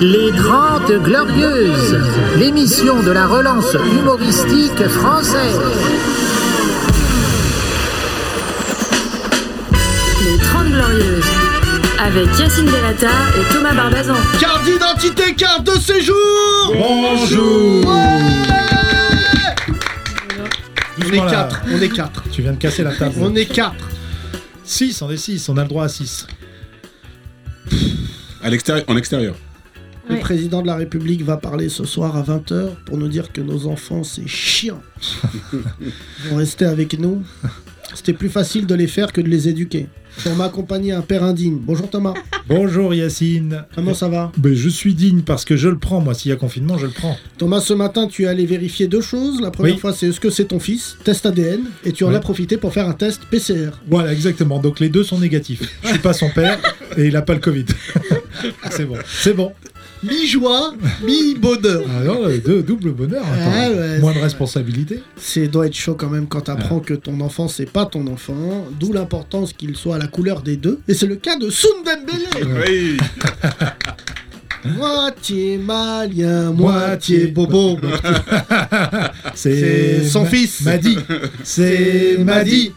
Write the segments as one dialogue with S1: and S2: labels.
S1: Les Grandes Glorieuses, l'émission de la relance humoristique française.
S2: Les 30 Glorieuses, avec Yacine Delata et Thomas Barbazan.
S3: Carte d'identité, carte de séjour
S4: Bonjour
S3: On est quatre, on est quatre.
S4: Tu viens de casser la table.
S3: On est quatre.
S4: 6, on est 6, on a le droit à 6.
S5: À l'extérieur, en extérieur.
S3: Le
S6: Ouais.
S3: président de la République va parler ce soir à 20h pour nous dire que nos enfants, c'est chiant. Ils vont rester avec nous. C'était plus facile de les faire que de les éduquer. Pour m'accompagner un père indigne. Bonjour Thomas,
S4: Bonjour Yacine.
S3: comment ça va
S4: Ben, je suis digne parce que je le prends, moi. S'il y a confinement, je le prends.
S3: Thomas, ce matin, tu es allé vérifier deux choses. La première
S4: Oui.
S3: fois, c'est est-ce que c'est ton fils Test ADN. Et tu en
S4: Ouais.
S3: as profité pour faire un test PCR.
S4: Voilà, exactement. Donc les deux sont négatifs. Je suis pas son père et il a pas le Covid. c'est bon, c'est bon.
S3: Mi-joie, mi-bonheur.
S4: Alors, euh, deux, double bonheur. attends.
S3: Ah ouais, c'est
S4: Moins de
S3: vrai.
S4: responsabilité.
S3: C'est doit être chaud quand même quand t'apprends que ton enfant c'est pas ton enfant, d'où l'importance qu'il soit à la couleur des deux. Et c'est le cas de Sundembele,
S5: Oui.
S3: moitié malien, moitié bobo. C'est son
S4: Ma-
S3: fils.
S4: Madi.
S3: C'est
S4: C'est
S3: Madi.
S4: Madi.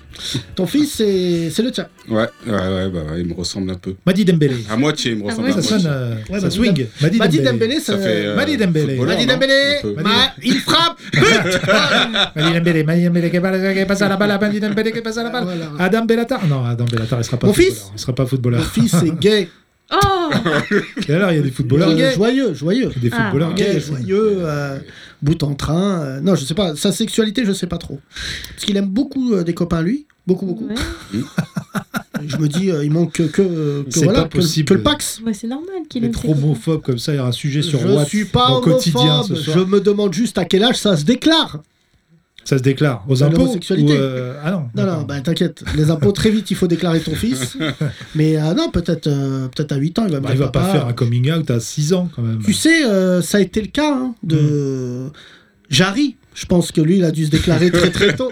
S3: Ton fils c'est c'est le tien.
S5: Ouais, ouais, ouais, bah, ouais, il me ressemble un peu.
S4: Madi Dembélé.
S5: À moitié,
S3: Ah
S5: il me ressemble
S4: Ça
S5: à
S4: sonne,
S5: moitié.
S4: euh,
S3: Ouais,
S4: ça
S3: Madi
S4: swing. Madi,
S3: Madi
S4: Dembélé.
S3: Dembélé,
S5: Ça
S3: ça.
S5: fait. euh,
S4: Madi Dembélé.
S5: footballeur,
S3: Madi
S5: non
S3: Dembélé,
S5: Un peu.
S3: ma- il frappe.
S4: Madi Dembélé. Madi Dembélé. qui passe- Qui passe à la balle. Madi Dembélé. Qui passe à la balle.
S3: Voilà.
S4: Adam Bellatar. Non, Adam Bellatar, il sera pas
S3: Mon
S4: footballeur.
S3: fils
S4: Il sera pas
S3: Mon
S4: footballeur.
S3: fils c'est gay,
S6: Oh
S4: Et alors, il y a des footballeurs
S3: Euh,
S4: gays.
S3: joyeux, joyeux.
S4: Des
S6: Ah.
S4: footballeurs gays.
S3: Gay, joyeux, euh, bout en train. euh, non, je sais pas. Sa sexualité, je sais pas trop. Parce qu'il aime beaucoup euh, des copains, lui. Beaucoup, beaucoup.
S6: Ouais,
S3: Je me dis, euh, il manque que, que, que
S4: C'est
S3: voilà,
S4: pas
S3: que, le-
S4: possible.
S3: que le Pax.
S6: bah, c'est normal qu'il
S4: Il est
S6: aime
S4: trop
S6: ses copains.
S4: homophobe comme ça. Il y aura un sujet sur
S3: je
S4: Watt
S3: suis pas
S4: dans
S3: homophobe.
S4: quotidien ce
S3: je
S4: soir.
S3: me demande juste à quel âge ça se déclare.
S4: Ça se déclare aux
S3: À
S4: impôts ou
S3: l'homosexualité.
S4: euh, Ah non.
S3: Non, non,
S4: d'accord.
S3: bah, t'inquiète. Les impôts, très vite, il faut déclarer ton fils. Mais euh, non, peut-être euh, peut-être à 8 ans, il va me
S4: Bah,
S3: dire,
S4: il va pas
S3: papa,
S4: faire un coming out à 6 ans quand même.
S3: Tu sais, euh, ça a été le cas hein, de
S4: Hmm.
S3: Jarry. Je pense que lui, il a dû se déclarer très très tôt.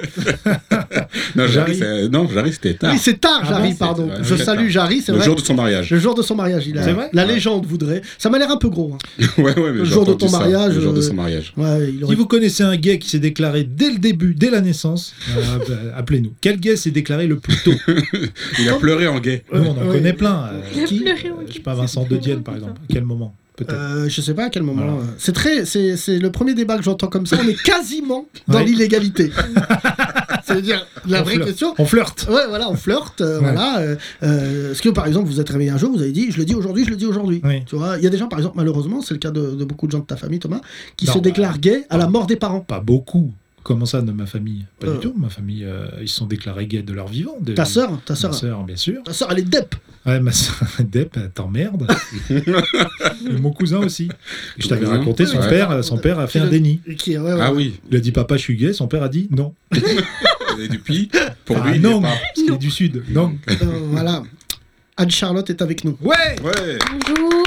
S5: Non,
S4: Jarry.
S5: Jarry, c'est- non, Jarry, c'était tard.
S3: Oui, c'est tard,
S4: Ah
S3: Jarry,
S4: bon
S3: pardon.
S5: C'est- ouais,
S3: Je
S5: c'est
S3: salue
S5: tard.
S3: Jarry, c'est
S5: Le
S3: vrai.
S5: jour de son mariage.
S3: Le jour de son mariage, il a.
S4: C'est vrai Ah
S3: la légende voudrait. Ça m'a l'air un peu gros. hein.
S5: ouais, ouais, mais
S3: Le
S5: j'ai
S3: jour de ton
S5: entendu ça.
S3: mariage,
S5: Le jour de
S3: euh,
S5: son mariage.
S3: Ouais, il
S4: Si
S3: aurait-
S4: vous connaissez un gay qui s'est déclaré dès le début, dès la naissance, euh, bah, appelez-nous. Quel gay s'est déclaré le plus tôt
S5: Il a pleuré en gay.
S4: Nous, on en
S3: Ouais.
S4: connaît plein. euh,
S6: Il a
S3: Qui
S6: pleuré,
S4: euh,
S6: ok.
S4: je sais pas, Vincent De Dienne, par exemple. À quel moment Peut-être.
S3: Euh, je sais pas à quel moment.
S4: Voilà.
S3: euh, C'est très, c'est c'est le premier débat que j'entends comme ça. On est quasiment dans
S4: Ouais.
S3: l'illégalité. Ça veut dire la
S4: On
S3: vraie
S4: flirte.
S3: question.
S4: On flirte.
S3: Ouais, voilà, on flirte. euh,
S4: Ouais.
S3: Voilà. euh, euh, Est-ce que par exemple, vous êtes réveillé un jour, vous avez dit, je le dis aujourd'hui, je le dis aujourd'hui.
S4: Oui.
S3: Tu vois, il y a des gens, par exemple, malheureusement, c'est le cas de, de beaucoup de gens de ta famille, Thomas, qui
S4: Non,
S3: se
S4: bah,
S3: déclarent gays à la mort des parents.
S4: Pas beaucoup. Comment ça, de ma famille Pas
S3: Euh.
S4: du tout. Ma famille, euh, ils se sont déclarés gays de leur vivant. De...
S3: Ta sœur, ta sœur,
S4: Euh, Ma sœur, bien sûr.
S3: ta sœur, elle est dep.
S4: Ouais, ma sœur, Depp, elle t'emmerde. Et mon cousin aussi. Et je t'avais
S5: Cousin.
S4: raconté, son
S5: Ouais.
S4: père, euh, son père a fait un déni.
S3: Qui, ouais, ouais.
S5: Ah oui.
S4: Il a dit papa, je suis gay. Son père a dit non.
S5: Et depuis, pour
S4: Ah,
S5: lui, il est
S4: non,
S5: pas.
S4: parce qu'il est du sud. Non.
S3: Euh, voilà. Anne Charlotte est avec nous.
S4: Ouais.
S5: Ouais.
S6: Bonjour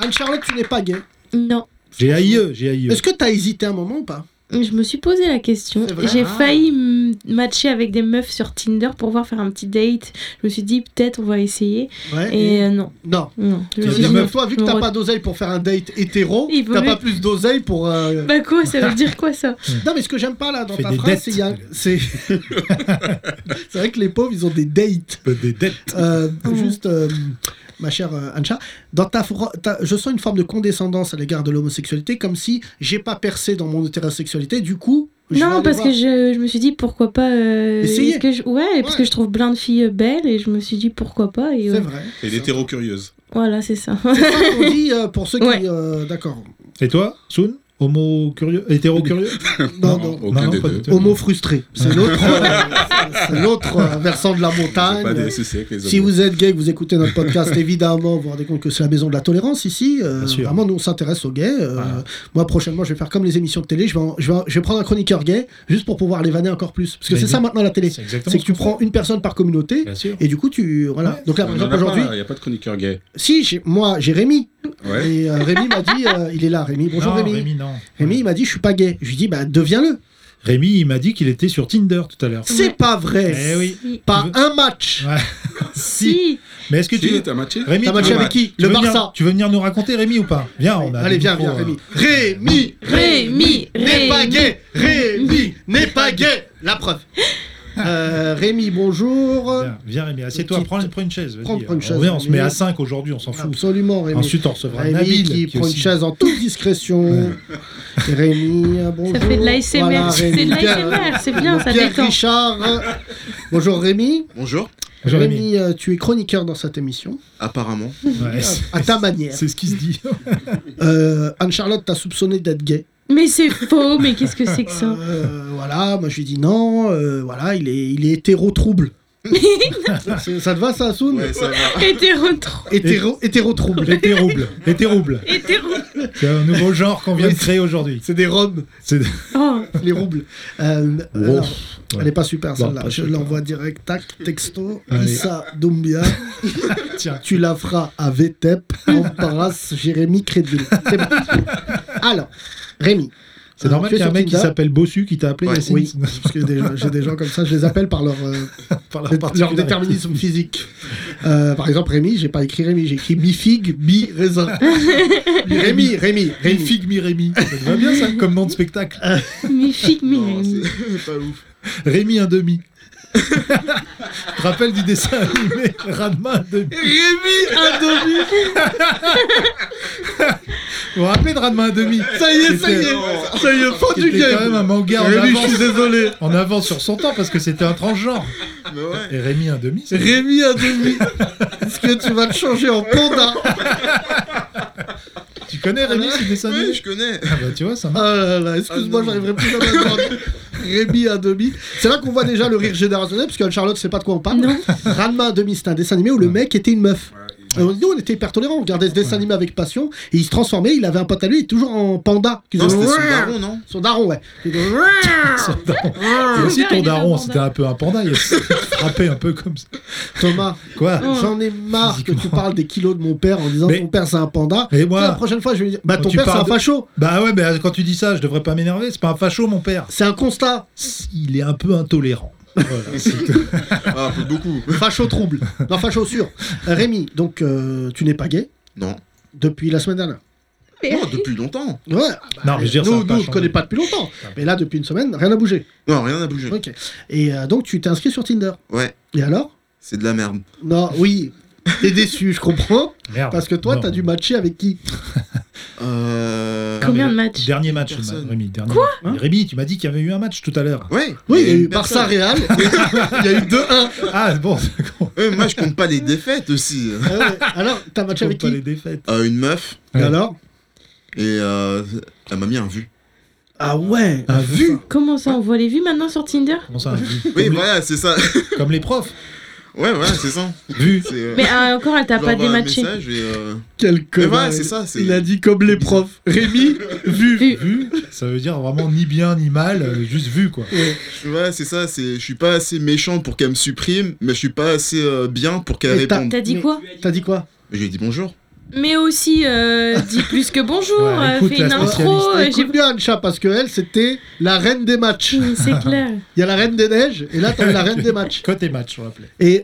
S3: Anne Charlotte, tu n'es pas gay.
S6: Non,
S4: J'ai haïeux, j'ai haïeux.
S3: Est-ce que t'as hésité un moment ou pas
S6: je me suis posé la question.
S3: C'est vrai
S6: J'ai
S3: Ah.
S6: failli m- matcher avec des meufs sur Tinder pour voir faire un petit date. Je me suis dit, peut-être on va essayer.
S3: Ouais.
S6: Et euh, non,
S3: Non.
S6: non. Je me
S4: as
S6: suis
S4: des
S6: dit,
S4: meufs-
S3: Toi, vu que t'as
S6: Non.
S3: pas d'oseille pour faire un date hétéro,
S6: Il vaut
S3: t'as
S6: mieux-
S3: pas plus d'oseille pour. euh,
S6: Bah quoi, ça veut dire quoi ça
S3: Non, mais ce que j'aime pas là dans
S4: Fais
S3: ta
S4: des
S3: phrase,
S4: dates.
S3: c'est. il y a- C'est c'est vrai que les pauvres, ils ont des dates.
S4: des dettes
S3: Euh,
S6: Mhm.
S3: juste, euh, ma chère euh, Ancha, dans ta, fro- ta- je sens une forme de condescendance à l'égard de l'homosexualité, comme si j'ai pas percé dans mon hétérosexualité, du coup. je vais
S6: Non,
S3: aller
S6: parce
S3: voir.
S6: que je, je me suis dit pourquoi pas. euh,
S3: Essayer.
S6: est-ce que je- ouais, parce
S3: Ouais.
S6: que je trouve plein de filles euh, belles et je me suis dit pourquoi pas. Et
S3: C'est
S6: euh,
S3: vrai. Ah
S5: Et l'hétéro curieuse.
S6: voilà, c'est ça.
S3: C'est ça qu'on dit euh, pour ceux qui.
S6: Ouais.
S3: euh, D'accord.
S4: Et toi, Soon Homo curieux Hétéro curieux
S3: Non, non.
S5: Aucun des
S4: pas
S5: deux.
S4: du tout.
S3: Homo frustré. C'est l'autre euh, c'est l'autre, euh, versant de la
S5: J'ai pas
S3: montagne.
S5: des soucis avec les
S3: Si
S5: homos.
S3: vous êtes gay, que vous écoutez notre podcast, évidemment, vous vous rendez compte que c'est la maison de la tolérance ici. Euh,
S4: Bien sûr.
S3: vraiment, nous, on s'intéresse aux gays. Euh,
S4: Voilà.
S3: Moi, prochainement, je vais faire comme les émissions de télé. Je vais, en- je vais, en- je vais prendre un chroniqueur gay juste pour pouvoir les vanner encore plus. Parce que
S4: Mais
S3: c'est ça
S4: oui.
S3: maintenant la télé.
S4: C'est exactement
S3: C'est que
S4: ce
S3: tu
S4: qu'on
S3: prends une personne par communauté.
S4: fait. Bien sûr.
S3: Et du coup, tu. Voilà.
S4: Ouais.
S3: Donc là, par exemple, aujourd'hui.
S5: Il n'y a pas de chroniqueur gay.
S3: Si, j'ai- moi, j'ai Rémi.
S5: Ouais.
S3: Et euh, Rémi m'a dit. euh, il est là, Rémi. Bonjour,
S4: Non,
S3: Rémi. Rémi.
S4: Rémi, non.
S3: il m'a dit, je suis pas gay. Je lui dis, bah, deviens-le.
S4: Rémi, il m'a dit qu'il était sur Tinder tout à l'heure.
S3: C'est pas vrai.
S4: Eh oui.
S6: Si.
S3: Pas
S4: Tu veux-
S3: un match.
S4: Ouais.
S6: Si
S4: Mais est-ce que tu
S5: Qui
S4: veux.
S5: t'as matché
S4: Rémi,
S3: T'as
S4: tu
S3: matché
S4: veux-
S3: avec qui
S4: tu veux
S3: Le
S4: venir-
S3: Barça.
S4: Tu veux venir nous raconter, Rémi, ou pas Viens, on a.
S3: Allez,
S4: des
S3: viens,
S4: micros,
S3: viens,
S4: euh,
S3: Rémi. Rémi,
S6: Rémi,
S3: n'est pas
S6: Rémi.
S3: gay. Rémi n'est pas gay. La preuve.
S4: Ah.
S3: Euh, Rémi, bonjour.
S4: euh, Viens, viens, Rémi, assieds-toi,
S3: Petite-
S4: prends, prends une chaise. vas-y.
S3: Prends- prends une
S4: On
S3: chaise,
S4: vient, on se met à
S3: Rémi.
S4: 5 aujourd'hui, on s'en fout.
S3: Absolument, Rémi.
S4: Ensuite, on recevra
S3: Rémi
S4: Nabil
S3: qui, prend
S4: aussi-
S3: une chaise en toute discrétion. Et Rémi, euh, bonjour.
S6: Ça fait de l'ASMR,
S3: Voilà,
S6: c'est
S3: Rémi.
S6: de l'ASMR, c'est bien, ça
S3: Pierre
S6: détend.
S3: Richard. Bonjour Rémi.
S7: Bonjour,
S4: Bonjour, Rémi.
S3: Rémi, Ah, euh, tu es chroniqueur dans cette émission,
S7: apparemment.
S4: Ouais, c'est-
S3: à ta manière.
S4: C'est ce qui se dit.
S3: Euh, Anne-Charlotte t'a soupçonné d'être gay.
S6: Mais c'est faux, mais qu'est-ce que c'est que ça
S3: Euh, voilà, moi je lui dis non, euh, voilà, il est, il est hétéro-trouble. C'est- ça te va ça, Soun
S7: Ouais, ça va.
S6: Hétéro-trop.
S3: Hétéro- Hétéro-trouble.
S4: L'hétérouble. L'hétérouble.
S6: Hétéro.
S4: C'est un nouveau genre qu'on vient de créer aujourd'hui.
S3: C'est des robes,
S4: C'est-
S6: Oh,
S3: les roubles. Euh, alors, Elle est pas super celle-là.
S4: pas
S3: je
S4: super.
S3: l'envoie direct, tac, texto.
S4: Allez.
S3: Issa Doumbia,
S4: Tiens.
S3: tu la feras à VTEP, embrasse Jérémy Crédville. C'est bon. Alors, Rémi.
S4: C'est
S3: euh,
S4: normal
S3: tu es
S4: qu'il y ait un
S3: sur
S4: mec qui
S3: Tinder
S4: s'appelle Bossu qui t'a appelé
S7: Ouais.
S4: Yacine
S3: Oui, parce que des- j'ai des gens comme ça, je les appelle par leur, euh,
S4: Par la
S3: leur
S4: particularité.
S3: déterminisme physique. Euh, par exemple, Rémi, j'ai pas écrit Rémi, j'ai écrit mi-figue, mi-raisin. Rémi, Rémi,
S4: Rémi.
S3: Rémi.
S4: Figue, mi Rémi. Ça te va bien ça comme nom de spectacle.
S6: mes figues, mes
S7: Non,
S6: Rémi.
S7: c'est pas ouf.
S4: Rémi un demi. Rappel du dessin animé Radma un demi.
S3: Rémi, un demi.
S4: Vous vous rappelez de Radma un demi
S3: Ça y est, ça y est, ça y est, fin
S4: Qui
S3: du
S4: était quand même un
S3: game.
S4: manga en
S3: Rémi, je
S4: avance.
S3: suis désolé.
S4: en avance sur son temps parce que c'était un transgenre.
S7: Mais ouais.
S4: Et Rémi un demi, c'est
S3: Rémi à demi. Est-ce que tu vas te changer en panda
S4: Tu connais Rémi c'est dessin
S7: Ouais,
S4: animé
S7: je connais.
S4: Ah bah tu vois, ça
S3: Ah
S4: marche.
S3: là là, excuse-moi,
S7: Ah non.
S3: j'arriverai plus jamais à le voir. Rémi à demi. C'est là qu'on voit déjà le rire générationnel, parce que Charlotte sait pas de quoi on parle. Ranma à demi, c'est un dessin animé où le mec était une meuf. Et on- Nous, on était hyper tolérants, on regardait ce dessin animé avec passion, et il se transformait, il avait un pote à lui, il est toujours en panda. qui
S7: Non,
S3: faisait
S7: c'était son
S3: Ouah
S7: baron, non
S3: Son daron, ouais. Il faisait Ouah Ah,
S4: Et aussi
S6: père, il
S4: ton
S6: est un
S4: daron,
S6: panda.
S4: c'était un peu un panda, il se frappait un peu comme ça.
S3: Thomas,
S4: Quoi
S3: j'en ai marre que tu
S4: Physiquement.
S3: parles des kilos de mon père en disant
S4: Mais-
S3: ton père c'est un panda.
S4: Et
S3: La
S4: moi
S3: prochaine fois, je vais lui dire Bah,
S4: Quand
S3: ton
S4: tu
S3: père c'est
S4: parles
S3: un
S4: de-
S3: facho,
S4: Bah ouais, mais quand tu dis ça, je devrais pas m'énerver, c'est pas un facho mon père.
S3: c'est un constat.
S4: Il est un peu intolérant. Voilà, c'est tout.
S7: Ah, un peu beaucoup.
S3: Facho trouble. Non, facho sûr. Euh, Rémi, donc euh, tu n'es pas gay
S7: Non.
S3: depuis la semaine dernière.
S7: Non, depuis longtemps.
S3: Ouais.
S4: non, mais je veux dire, ça
S3: nous,
S4: a pas
S3: nous, on ne
S4: changé. Ah bah.
S3: connaît pas depuis longtemps. Mais là, depuis une semaine, rien n'a bougé.
S7: Non, rien n'a bougé.
S3: Ok. Et euh, donc, tu t'es inscrit sur Tinder.
S7: Ouais,
S3: Et alors
S7: c'est de la merde.
S3: Non, oui. T'es déçu, je comprends.
S4: Merde.
S3: Parce que toi,
S4: Ah, Non.
S3: t'as dû matcher avec qui
S7: Euh.
S4: Non, mais
S6: Combien de matchs
S4: Dernier match,
S7: Personne.
S4: Rémi. dernier match. Mais Rémi, tu m'as dit qu'il y avait eu un match tout à l'heure.
S7: Ouais.
S3: Oui, il y a
S7: une
S3: eu Barça
S7: personne.
S3: Real. Il y a eu 2-1.
S4: Ah bon, d'accord.
S7: Ouais, moi, je compte pas les défaites aussi.
S3: Ah ouais. Alors, t'as matché avec
S4: pas les
S3: qui
S4: défaites.
S7: Euh, une meuf,
S3: Et
S4: Ouais.
S3: alors
S7: et euh, elle m'a mis un vu.
S3: Ah ouais
S4: Un vu
S6: Comment ça, on voit les vues maintenant sur Tinder
S4: Comment ça, un vu comme,
S7: Oui,
S4: les-
S7: voilà, c'est ça.
S4: comme les profs.
S7: Ouais, voilà, c'est ça.
S4: Vu.
S7: C'est, euh,
S6: Mais euh, encore, elle t'a
S7: j'envoie
S6: pas dématché.
S7: Un message et, euh,
S3: Quel
S7: Mais
S3: connard.
S7: voilà,
S3: il-
S7: c'est ça. C'est...
S3: Il a dit comme les profs. Rémi, vu.
S6: Vu.
S4: Vu, ça veut dire vraiment ni bien ni mal, euh, juste vu quoi.
S7: Voilà, c'est ça. C'est... Je suis pas assez méchant pour qu'elle me supprime, mais je suis pas assez euh, bien pour qu'elle
S3: Et t'as-
S7: réponde.
S6: T'as dit
S3: Mais-
S6: quoi
S3: T'as dit quoi
S7: Mais Je lui ai dit bonjour.
S6: Mais aussi, euh, dis plus que bonjour,
S4: Ouais,
S6: euh,
S4: écoute,
S6: fais une
S4: la
S6: intro. euh,
S3: Écoute bien, Ancha, parce que elle, c'était la reine des matchs.
S6: j'ai- C'est clair.
S3: Il y a la reine des neiges, et là, t'as la reine des matchs.
S4: Côté match, on l'appelait.
S3: Et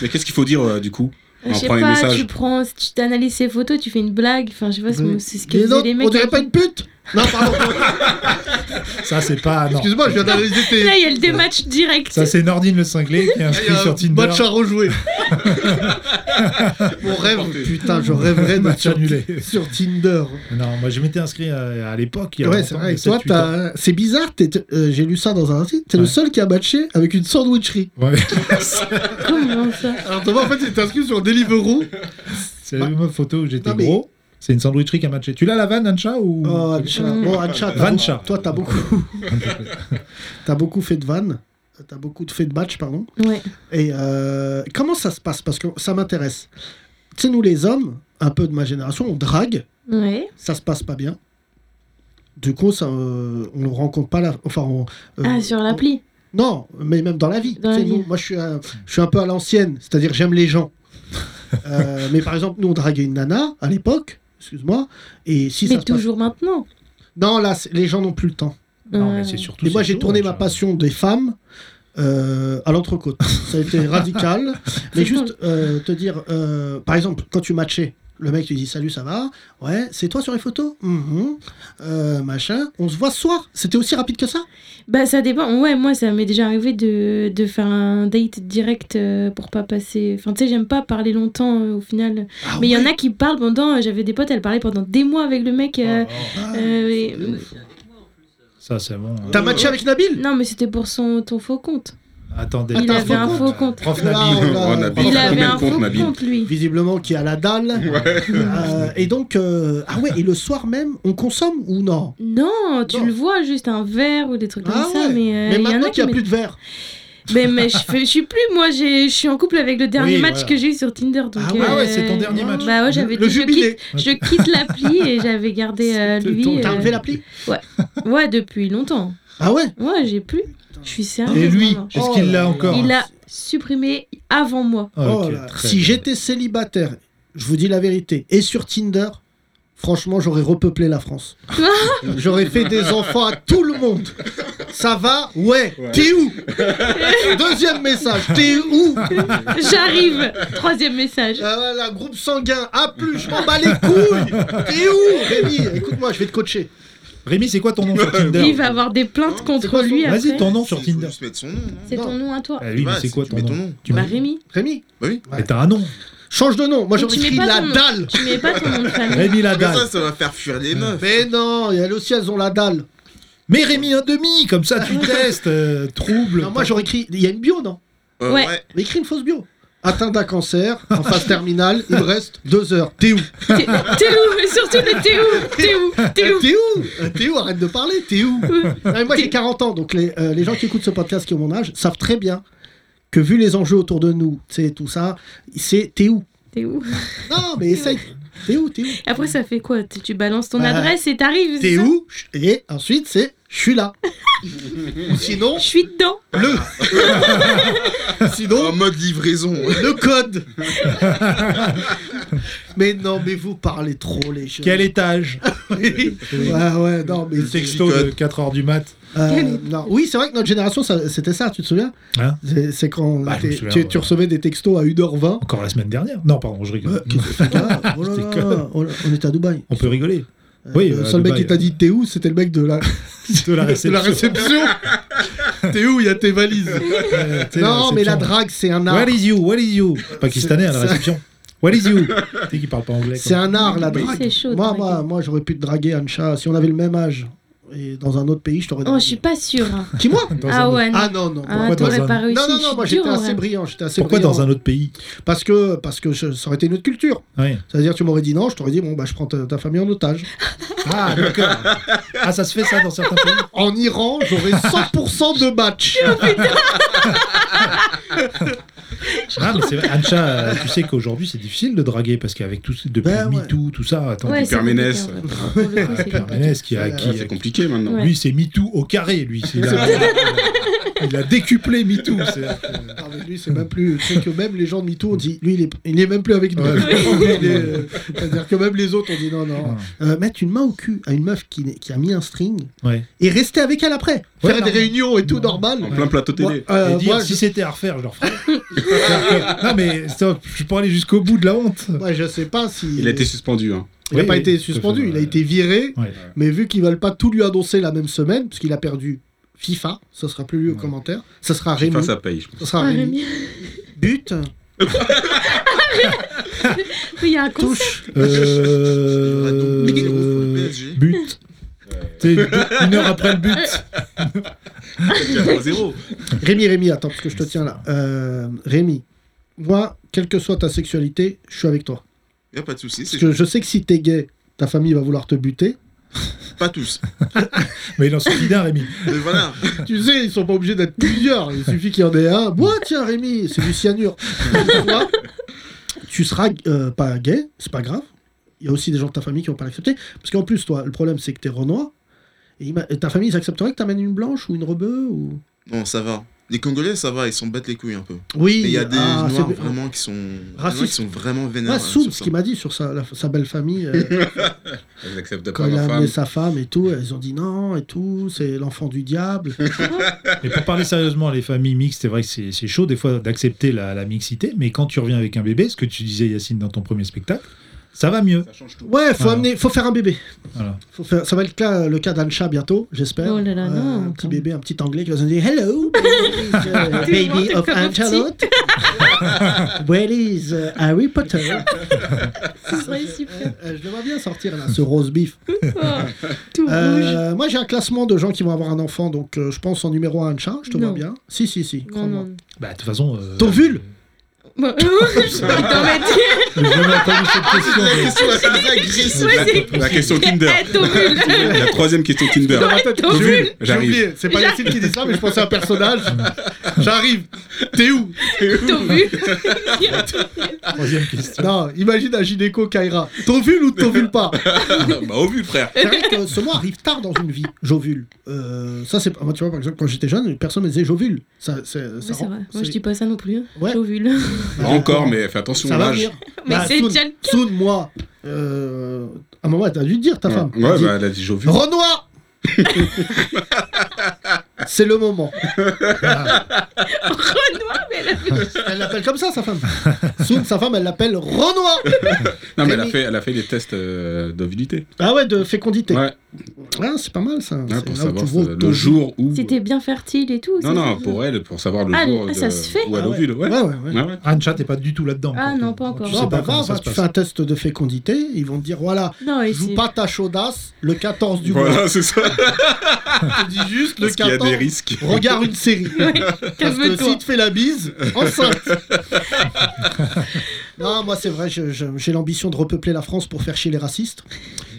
S5: Mais qu'est-ce qu'il faut dire euh, du coup
S6: Je
S5: On
S6: sais
S5: prend les
S6: pas,
S5: messages.
S6: tu prends, tu t'analyses ses photos, tu fais une blague. Enfin, je sais pas, c'est- c'est ce que
S3: Mais non,
S6: faisaient les mecs.
S3: on dirait
S6: avec-
S3: pas une pute Non, pardon,
S4: Ça, c'est pas. Non.
S3: excuse-moi, je viens d'analyser tes
S6: Là, il y a le dématch direct.
S4: Ça, c'est Nordine le cinglé qui est
S3: il y a
S4: inscrit
S3: un
S4: sur Tinder.
S3: match à rejouer. Mon rêve, putain, je rêverais d'être
S4: Match
S3: sur,
S4: annulé.
S3: sur Tinder.
S4: Non, moi je m'étais inscrit euh, à, à l'époque. il y a
S3: Ouais,
S4: longtemps,
S3: c'est
S4: il y a
S3: vrai. Et
S4: sept,
S3: toi,
S4: huit ans.
S3: t'as- c'est bizarre, t'es- t'es- euh, j'ai lu ça dans un site, t'es le
S4: Ouais.
S3: seul qui a matché avec une sandwicherie.
S4: Ouais,
S6: Comment ça
S3: Alors, Thomas, en fait, il inscrit sur Deliveroo.
S4: c'est la même photo où j'étais
S3: Bah. Non, mais-
S4: gros. C'est une sandwicherie qui a matché. Tu l'as la vanne, Ancha ou...
S3: Oh, Ancha.
S6: Mm.
S3: Bon, Ancha, t'as-
S4: Vancha.
S3: toi, t'as beaucoup, t'as beaucoup fait de vannes. T'as beaucoup de fait de match, pardon.
S6: Ouais.
S3: Et euh, comment ça se passe Parce que ça m'intéresse. Tu sais, nous les hommes, un peu de ma génération, on drague,
S6: Ouais.
S3: ça se passe pas bien. Du coup, ça, euh, on ne rencontre pas la. Enfin, on, euh,
S6: Ah, sur l'appli.
S3: on- Non, mais même dans la vie.
S6: Dans
S3: Tu sais,
S6: la vie.
S3: nous, moi, je suis, un, je suis un peu à l'ancienne, c'est-à-dire j'aime les gens. Euh, mais par exemple, nous, on draguait une nana à l'époque, excuse-moi, et si ça
S6: Mais
S3: se passe-
S6: toujours maintenant. Euh,
S3: Non, là, c'est- les gens n'ont plus le temps.
S4: Non,
S6: Ouais.
S4: mais c'est surtout.
S3: Et moi,
S4: c'est
S3: j'ai
S4: tout,
S3: tourné
S4: Ancha.
S3: ma passion des femmes euh, à l'entrecôte. Ça a été radical. mais juste euh, te dire, euh, par exemple, quand tu matchais, le mec tu dis salut, ça va Ouais, c'est toi sur les photos Mhm. Euh, Machin, on se voit ce soir. C'était aussi rapide que ça
S6: Bah ça dépend. Ouais, moi ça m'est déjà arrivé de, de faire un date direct euh, pour pas passer. Enfin tu sais, j'aime pas parler longtemps euh, au final.
S3: Ah
S6: Mais il y en
S3: ouais.
S6: a qui parlent pendant. euh, J'avais des potes, elles parlaient pendant des mois avec le mec. euh,
S3: Ah.
S6: euh, et-
S4: Ça, c'est bon.
S3: T'as
S6: Euh,
S3: matché avec Nabil
S6: Non, mais c'était pour son ton faux compte.
S4: Attendez.
S6: Il
S3: Attends,
S6: avait un faux compte.
S4: Prof
S3: Là,
S4: Nabil.
S3: on a-
S5: Oh, Nabil.
S6: Il
S5: Faux
S6: avait
S5: compte,
S6: un faux
S5: Nabil.
S6: compte lui.
S3: Visiblement qui a la dalle. Euh, et donc, euh, ah ouais, et le soir même, on consomme ou non
S6: Non, tu
S3: Non.
S6: le vois, juste un verre ou des trucs comme
S3: Ah
S6: ça,
S3: ouais.
S6: mais euh,
S3: Mais
S6: il y en
S3: maintenant
S6: a qui.
S3: qu'il n'y a plus
S6: mettent-
S3: de verre.
S6: Mais, mais je, fais- je suis plus, moi, j'ai- je suis en couple avec le dernier
S4: Oui,
S6: match
S4: voilà.
S6: que j'ai eu sur Tinder. Donc,
S3: Ah ouais,
S4: ah ouais, c'est ton dernier match.
S6: Bah ouais, j'avais
S3: Le
S6: dit, je
S3: jubilé.
S6: quitte, je quitte l'appli et j'avais gardé euh,
S4: C'était
S6: lui.
S4: ton-
S3: T'as
S6: euh,
S3: enlevé l'appli
S6: Ouais, depuis longtemps.
S3: Ah ouais
S6: Ouais, j'ai plus. Je suis sérieux.
S4: Et lui,
S6: maintenant.
S4: est-ce qu'il l'a
S3: Oh.
S4: encore
S6: il a supprimé avant moi.
S4: Ah,
S3: Oh
S4: ok,
S3: là là.
S4: très
S3: si
S4: bien.
S3: j'étais célibataire, je vous dis la vérité, et sur Tinder, franchement, j'aurais repeuplé la France. j'aurais fait des enfants à tout le monde. Ça va Ouais. T'es où Deuxième message, t'es où
S6: J'arrive. Troisième message.
S3: Euh, La groupe sanguin, A plus, je m'en bats les couilles. T'es où Rémi, écoute-moi, je vais te coacher.
S4: Rémi, c'est quoi ton nom sur Tinder
S6: Il va avoir des plaintes contre
S3: quoi son-
S6: lui après.
S4: Vas-y, ton nom sur
S7: Si, faut
S4: Tinder.
S7: juste mettre son nom. hein. non
S6: C'est ton nom à toi.
S4: Eh oui, mais
S7: Ouais,
S4: c'est
S7: si
S4: quoi
S7: tu
S4: ton
S7: mets
S4: nom Tu
S6: Bah
S4: mets-
S6: Rémi,
S3: Rémi,
S4: Mais t'as un nom.
S3: change de nom. Moi,
S6: Mais
S3: j'aurais
S6: tu mets
S3: écrit
S6: pas
S3: la
S6: ton nom.
S3: dalle.
S6: tu mets pas ton nom de famille.
S4: Rémi
S7: Mais ça,
S4: Ladal.
S7: ça va faire fuir les meufs.
S3: Mais non, et elles aussi, elles ont la dalle.
S4: Mais Rémi, un demi, comme ça tu testes. euh, trouble.
S3: Non, moi, j'aurais écrit. Il y a une bio, non
S7: Euh,
S6: Ouais.
S3: Mais écris une fausse bio. Atteint d'un cancer, en phase terminale, il me reste deux heures. T'es où
S6: T'es t'es où Mais surtout, mais t'es où T'es où T'es
S3: Euh,
S6: où
S3: T'es où Euh, T'es où Arrête de parler, t'es où Non, mais Moi j'ai 40 ans, donc les, euh, les gens qui écoutent ce podcast qui ont mon âge savent très bien que vu les enjeux autour de nous, tu sais, tout ça, c'est t'es où
S6: T'es où
S3: Non, mais essaye. T'es où T'es où
S6: Après, ça fait quoi Tu tu balances ton
S3: Bah,
S6: adresse et t'arrives. c'est
S3: T'es
S6: ça
S3: où Et ensuite, c'est je suis là. sinon,
S6: Je suis dedans.
S3: le,
S7: En mode livraison.
S3: le code. mais non, mais vous parlez trop, les jeunes.
S4: Quel étage
S7: Ah,
S3: Ouais, ouais, non, mais
S4: Le texto de 4h du mat.
S3: Euh,
S6: Quel-
S3: non. Oui, c'est vrai que notre génération, ça- c'était ça, tu te souviens
S4: Hein
S3: C'est- C'est quand
S4: Bah, je me
S3: t'es-
S4: souviens,
S3: tu,
S4: ouais.
S3: tu recevais des textos à 1h20.
S4: Encore la semaine dernière. Non, pardon, je rigole.
S3: Ah, oh là
S4: C'était
S3: là,
S4: que-
S3: oh là, on était à Dubaï.
S4: On peut rigoler. Oui,
S3: le
S4: euh,
S3: seul mec
S4: Dubaï.
S3: qui t'a dit t'es où, c'était le mec de la,
S4: De la
S3: de
S4: réception.
S3: la réception. t'es où, il y a tes valises.
S4: Euh, tu sais,
S3: Non, mais la
S4: réception.
S3: drague, c'est un art.
S4: What is you What is you Pakistanais à la
S3: c'est-
S4: réception. What is you Tu sais qu'il parle pas anglais.
S3: C'est
S4: quoi.
S3: un art, la
S6: Oui,
S3: drague.
S6: c'est chaud,
S3: moi,
S6: draguer.
S3: moi, moi, j'aurais pu te draguer, Ancha, si on avait le même âge. Et dans un autre pays, je t'aurais
S6: Oh,
S3: dragué.
S6: je suis pas sûre.
S3: Qui, moi
S4: Dans un
S6: Ah
S4: autre-
S6: ouais, non.
S3: Ah non, non.
S6: Ah,
S4: pourquoi
S6: t'aurais
S4: dans
S6: pas
S4: un-
S6: réussi.
S3: non, non,
S6: je
S3: non,
S6: suis hein.
S3: moi
S6: dure,
S3: j'étais
S6: en
S3: assez
S6: vrai.
S3: brillant, j'étais assez
S4: Pourquoi
S3: brillant.
S4: dans un autre pays
S3: Parce que, parce que je- ça aurait été une autre culture.
S4: Ouais.
S3: C'est-à-dire, tu m'aurais dit non, je t'aurais dit, bon, bah, je prends ta, ta famille en otage.
S4: Ah, d'accord. Ah, ça se fait ça dans certains pays
S3: En Iran, j'aurais 100% de match.
S4: Ah, mais c'est vrai. Ancha, euh, tu sais qu'aujourd'hui, c'est difficile de draguer parce qu'avec tout, ce- depuis
S3: Ben ouais.
S4: MeToo, tout ça, attends.
S6: Ouais, c'est
S5: Perménès.
S6: compliqué, en vrai. Pour le coup, c'est compliqué.
S4: Permanès qui a.
S3: Ouais,
S4: Qui,
S5: Ouais, c'est compliqué maintenant.
S6: Ouais.
S4: Lui, c'est MeToo au carré, lui. C'est- Il a, il a décuplé MeToo. c'est-à-dire que-
S3: Non, mais lui, c'est même plus. C'est que même les gens de MeToo ont dit, lui, il est, il est même plus avec nous.
S4: Ouais.
S3: Il est, euh, C'est-à-dire que même les autres ont dit non, non. Euh, mettre une main au cul à une meuf qui, n'est- qui a mis un string
S4: Ouais.
S3: et rester avec elle après.
S4: Ouais,
S3: Faire des
S4: non.
S3: réunions et tout
S4: Non.
S3: normal.
S5: En plein plateau
S3: Moi,
S5: télé.
S3: euh,
S4: et dire
S3: moi,
S4: si c'était à refaire, je le referais. C'est-à-dire que- non, mais ça, je pourrais aller jusqu'au bout de la honte.
S3: je, moi, je sais pas si.
S5: Il a été suspendu. Hein.
S3: il a
S4: Oui,
S3: pas
S4: oui,
S3: été
S4: tout à fait,
S3: suspendu, il a
S4: ouais.
S3: été viré.
S4: Ouais.
S3: Mais vu qu'ils veulent pas tout lui annoncer la même semaine, parce qu'il a perdu FIFA, ça sera plus lui aux
S4: Ouais.
S3: commentaires, ça sera Rémi.
S5: Enfin, ça paye. je pense.
S3: Ça sera
S6: Ah,
S3: Rémi.
S6: Rémi.
S3: But,
S6: Oui, Il y a un con.
S3: touche.
S7: Il y
S3: Ah,
S7: aura donc Miguel Roux pour le
S4: Euh...
S7: PSG.
S4: But. T'es une heure après le but.
S5: 4-0.
S3: Rémi, Rémi, attends, parce que je te tiens là. Euh, Rémi, moi, quelle que soit ta sexualité, je suis avec toi.
S7: Y a pas de soucis,
S3: Parce
S7: c'est
S3: que je sais que si t'es gay, ta famille va vouloir te buter.
S7: pas tous.
S4: Mais il en suffit d'un, Rémi.
S7: Mais voilà.
S3: Tu sais, ils sont pas obligés d'être plusieurs. Il suffit qu'il y en ait un. Moi, tiens, Rémi, c'est du cyanure. Toi, tu seras euh, pas gay, c'est pas grave. Il y a aussi des gens de ta famille qui vont pas l'accepter. Parce qu'en plus, toi, le problème, c'est que t'es renois. Et ima- et ta famille, ils accepteraient que t'amènes une blanche ou une rebeu ou...
S7: Non, ça va. Les Congolais, ça va, ils s'en battent les couilles un peu.
S3: Oui,
S7: Mais il y a des
S3: ah, c'est-
S7: noirs vraiment qui sont
S3: Racistes.
S7: qui sont vraiment vénères.
S3: Ouais,
S7: hein,
S3: Soum,
S7: sur
S3: ce
S7: ça.
S3: qu'il m'a dit sur sa, la- sa belle famille, euh,
S5: Ils n'acceptent
S3: quand
S5: pas
S3: il a
S5: leur
S3: amené
S5: femme.
S3: sa femme et tout, ils ont dit non et tout, c'est l'enfant du diable.
S4: Et pour parler sérieusement, les familles mixtes, c'est vrai que c'est c'est chaud des fois d'accepter la, la mixité, mais quand tu reviens avec un bébé, ce que tu disais Yacine dans ton premier spectacle, ça va mieux.
S5: Ça change tout.
S3: Ouais, faut
S4: Voilà.
S3: amener, faut faire un bébé.
S4: Voilà.
S3: Faut faire- ça va être le cas, le cas d'Ancha bientôt, j'espère. Euh,
S6: Oh là là, non,
S3: un petit
S6: quand
S3: bébé, un petit anglais qui va se dire Hello, baby, uh, baby of
S6: Tout le monde est comme
S3: Antelope. Where is uh, Harry Potter?
S6: Ce serait Ah, super.
S3: Euh, je le vois bien sortir là, ce rose beef.
S6: Oh, tout rouge.
S3: Euh, moi j'ai un classement de gens qui vont avoir un enfant, donc euh, je pense en numéro 1 Ancha, je te vois
S6: Non.
S3: bien. Si, si, si,
S6: Non,
S3: crois-moi.
S6: non. non.
S4: Bah, de toute façon. euh,
S3: Ton vulve
S6: Bon, je vais t'en mettre.
S4: J'ai jamais entendu cette
S5: Ah,
S4: question.
S7: La
S4: mais-
S7: question la plus agressive.
S6: Ouais, c'est-
S5: La question Kinder.
S6: Eh, ton vulve.
S5: La troisième question Kinder.
S3: Dans ma tête,
S6: Ton
S3: j'ai-
S5: vulve,
S3: j'ai
S5: j'arrive.
S3: oublié. C'est pas Yacine qui dit ça, mais je pensais à un personnage. J'arrive. T'es où
S6: Ton vulve.
S4: Troisième question.
S3: Non, imagine un gynéco Kaira. T'ovules ou t'ovules pas
S5: bah, au vu, frère.
S3: C'est vrai que ce mot arrive tard dans une vie. J'ovule. Euh, ça, c'est. Moi, tu vois, par exemple, quand j'étais jeune, personne ne me disait j'ovule. Ça, c'est.
S6: Ouais,
S3: ça
S6: c'est
S3: rend-
S6: vrai. Moi,
S3: c'est-
S6: je dis pas ça non plus. hein.
S3: Ouais.
S6: J'ovule.
S5: Pas encore, mais fais attention
S3: Ça
S5: à
S3: va
S5: l'âge.
S3: venir.
S6: Mais
S3: Bah,
S6: c'est
S3: Soun-
S6: déjà le cas.
S3: Soun, moi. euh, à un moment, t'as dû dire ta
S5: Ouais,
S3: femme.
S5: ouais,
S3: Elle dit,
S5: bah, elle a dit j'ai vu.
S3: Renoir C'est le moment.
S6: Renoir, mais elle a fait-
S3: Elle l'appelle comme ça, sa femme. Soun, sa femme, elle l'appelle Renoir.
S5: Non, mais elle a
S3: Rémi.
S5: fait, elle a fait les tests euh, d'ovilité.
S3: Ah ouais, de fécondité.
S5: Ouais,
S3: Ah, c'est pas mal ça.
S5: ouais,
S3: C'est
S5: pour
S3: là où
S5: savoir
S3: tu vois
S5: euh,
S3: ton
S5: le jour où.
S6: Si t'es bien fertile et tout.
S5: Non,
S6: c'est
S5: non,
S6: ça.
S5: pour elle, pour savoir le
S6: Ah,
S5: jour.
S6: ah, ça
S5: de-
S6: se fait
S5: Où elle
S3: Ah ouais.
S5: ovule, ouais.
S3: Ouais, ouais, ouais.
S5: Ouais, ouais.
S4: Ancha, t'es pas du tout là-dedans.
S6: Ah,
S4: encore.
S6: non, pas encore.
S4: Tu
S6: Non,
S4: sais
S3: Non,
S4: pas
S3: bah,
S4: comment
S3: va,
S4: ça
S3: va,
S4: se
S3: tu
S4: passe.
S3: fais un test de fécondité, ils vont te dire voilà,
S6: Non, et
S3: joue
S6: c'est-
S3: pas ta chaudasse le 14 du mois.
S5: Voilà, c'est ça.
S3: Je te dis juste le
S5: Parce qu'il y a
S3: 14,
S5: des risques.
S3: regarde une série. Parce que
S6: Calme-toi.
S3: si te fait la bise, enceinte. non, moi c'est vrai, je- je- j'ai l'ambition de repeupler la France pour faire chier les racistes.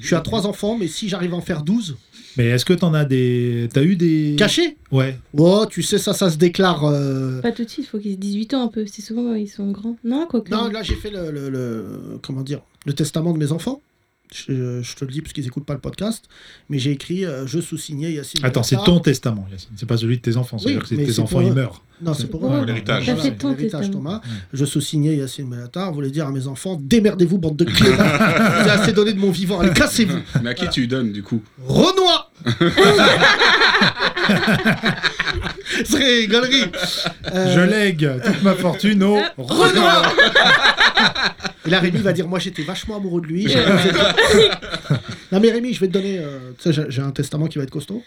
S3: Je suis à trois enfants, mais si j'arrive à en faire 12,
S4: Mais est-ce que t'en as des. T'as eu des.
S3: caché
S4: Ouais.
S3: Oh, tu sais, ça, ça se déclare. euh,
S6: Pas tout de suite, faut qu'ils aient 18 ans un peu. C'est souvent, euh, ils sont grands. Non, quoi que.
S3: Non, là j'ai fait le, le- le- comment dire le testament de mes enfants. Je, je te le dis parce qu'ils écoutent pas le podcast, mais j'ai écrit euh, je sous-signé Yacine.
S4: Attends, c'est
S3: Delata.
S4: ton testament, Yacine. C'est pas celui de tes enfants. C'est-à-dire que c'est
S3: Ah. mais
S4: tes
S3: c'est
S4: enfants,
S3: pour
S4: ils
S3: eux. Ah.
S4: meurent.
S3: Non, c'est pour
S6: Ouais,
S3: eux.
S5: l'héritage.
S3: Voilà,
S6: Ça fait ton
S3: l'héritage,
S6: testament.
S3: Thomas. Je sous-signais Yacine Bellatar. Voulais dire à mes enfants démerdez-vous, bande de clébards. J'ai assez donné de mon vivant. Allez, cassez-vous.
S5: Mais à qui tu lui donnes, du coup
S3: Renoir C'est rigolerie. Euh,
S4: Je lègue toute ma fortune au.
S3: Renoir Et là, Rémi va dire Moi, j'étais vachement amoureux de lui. non, mais Rémi, je vais te donner. euh, tu sais, j'ai- j'ai un testament qui va être costaud.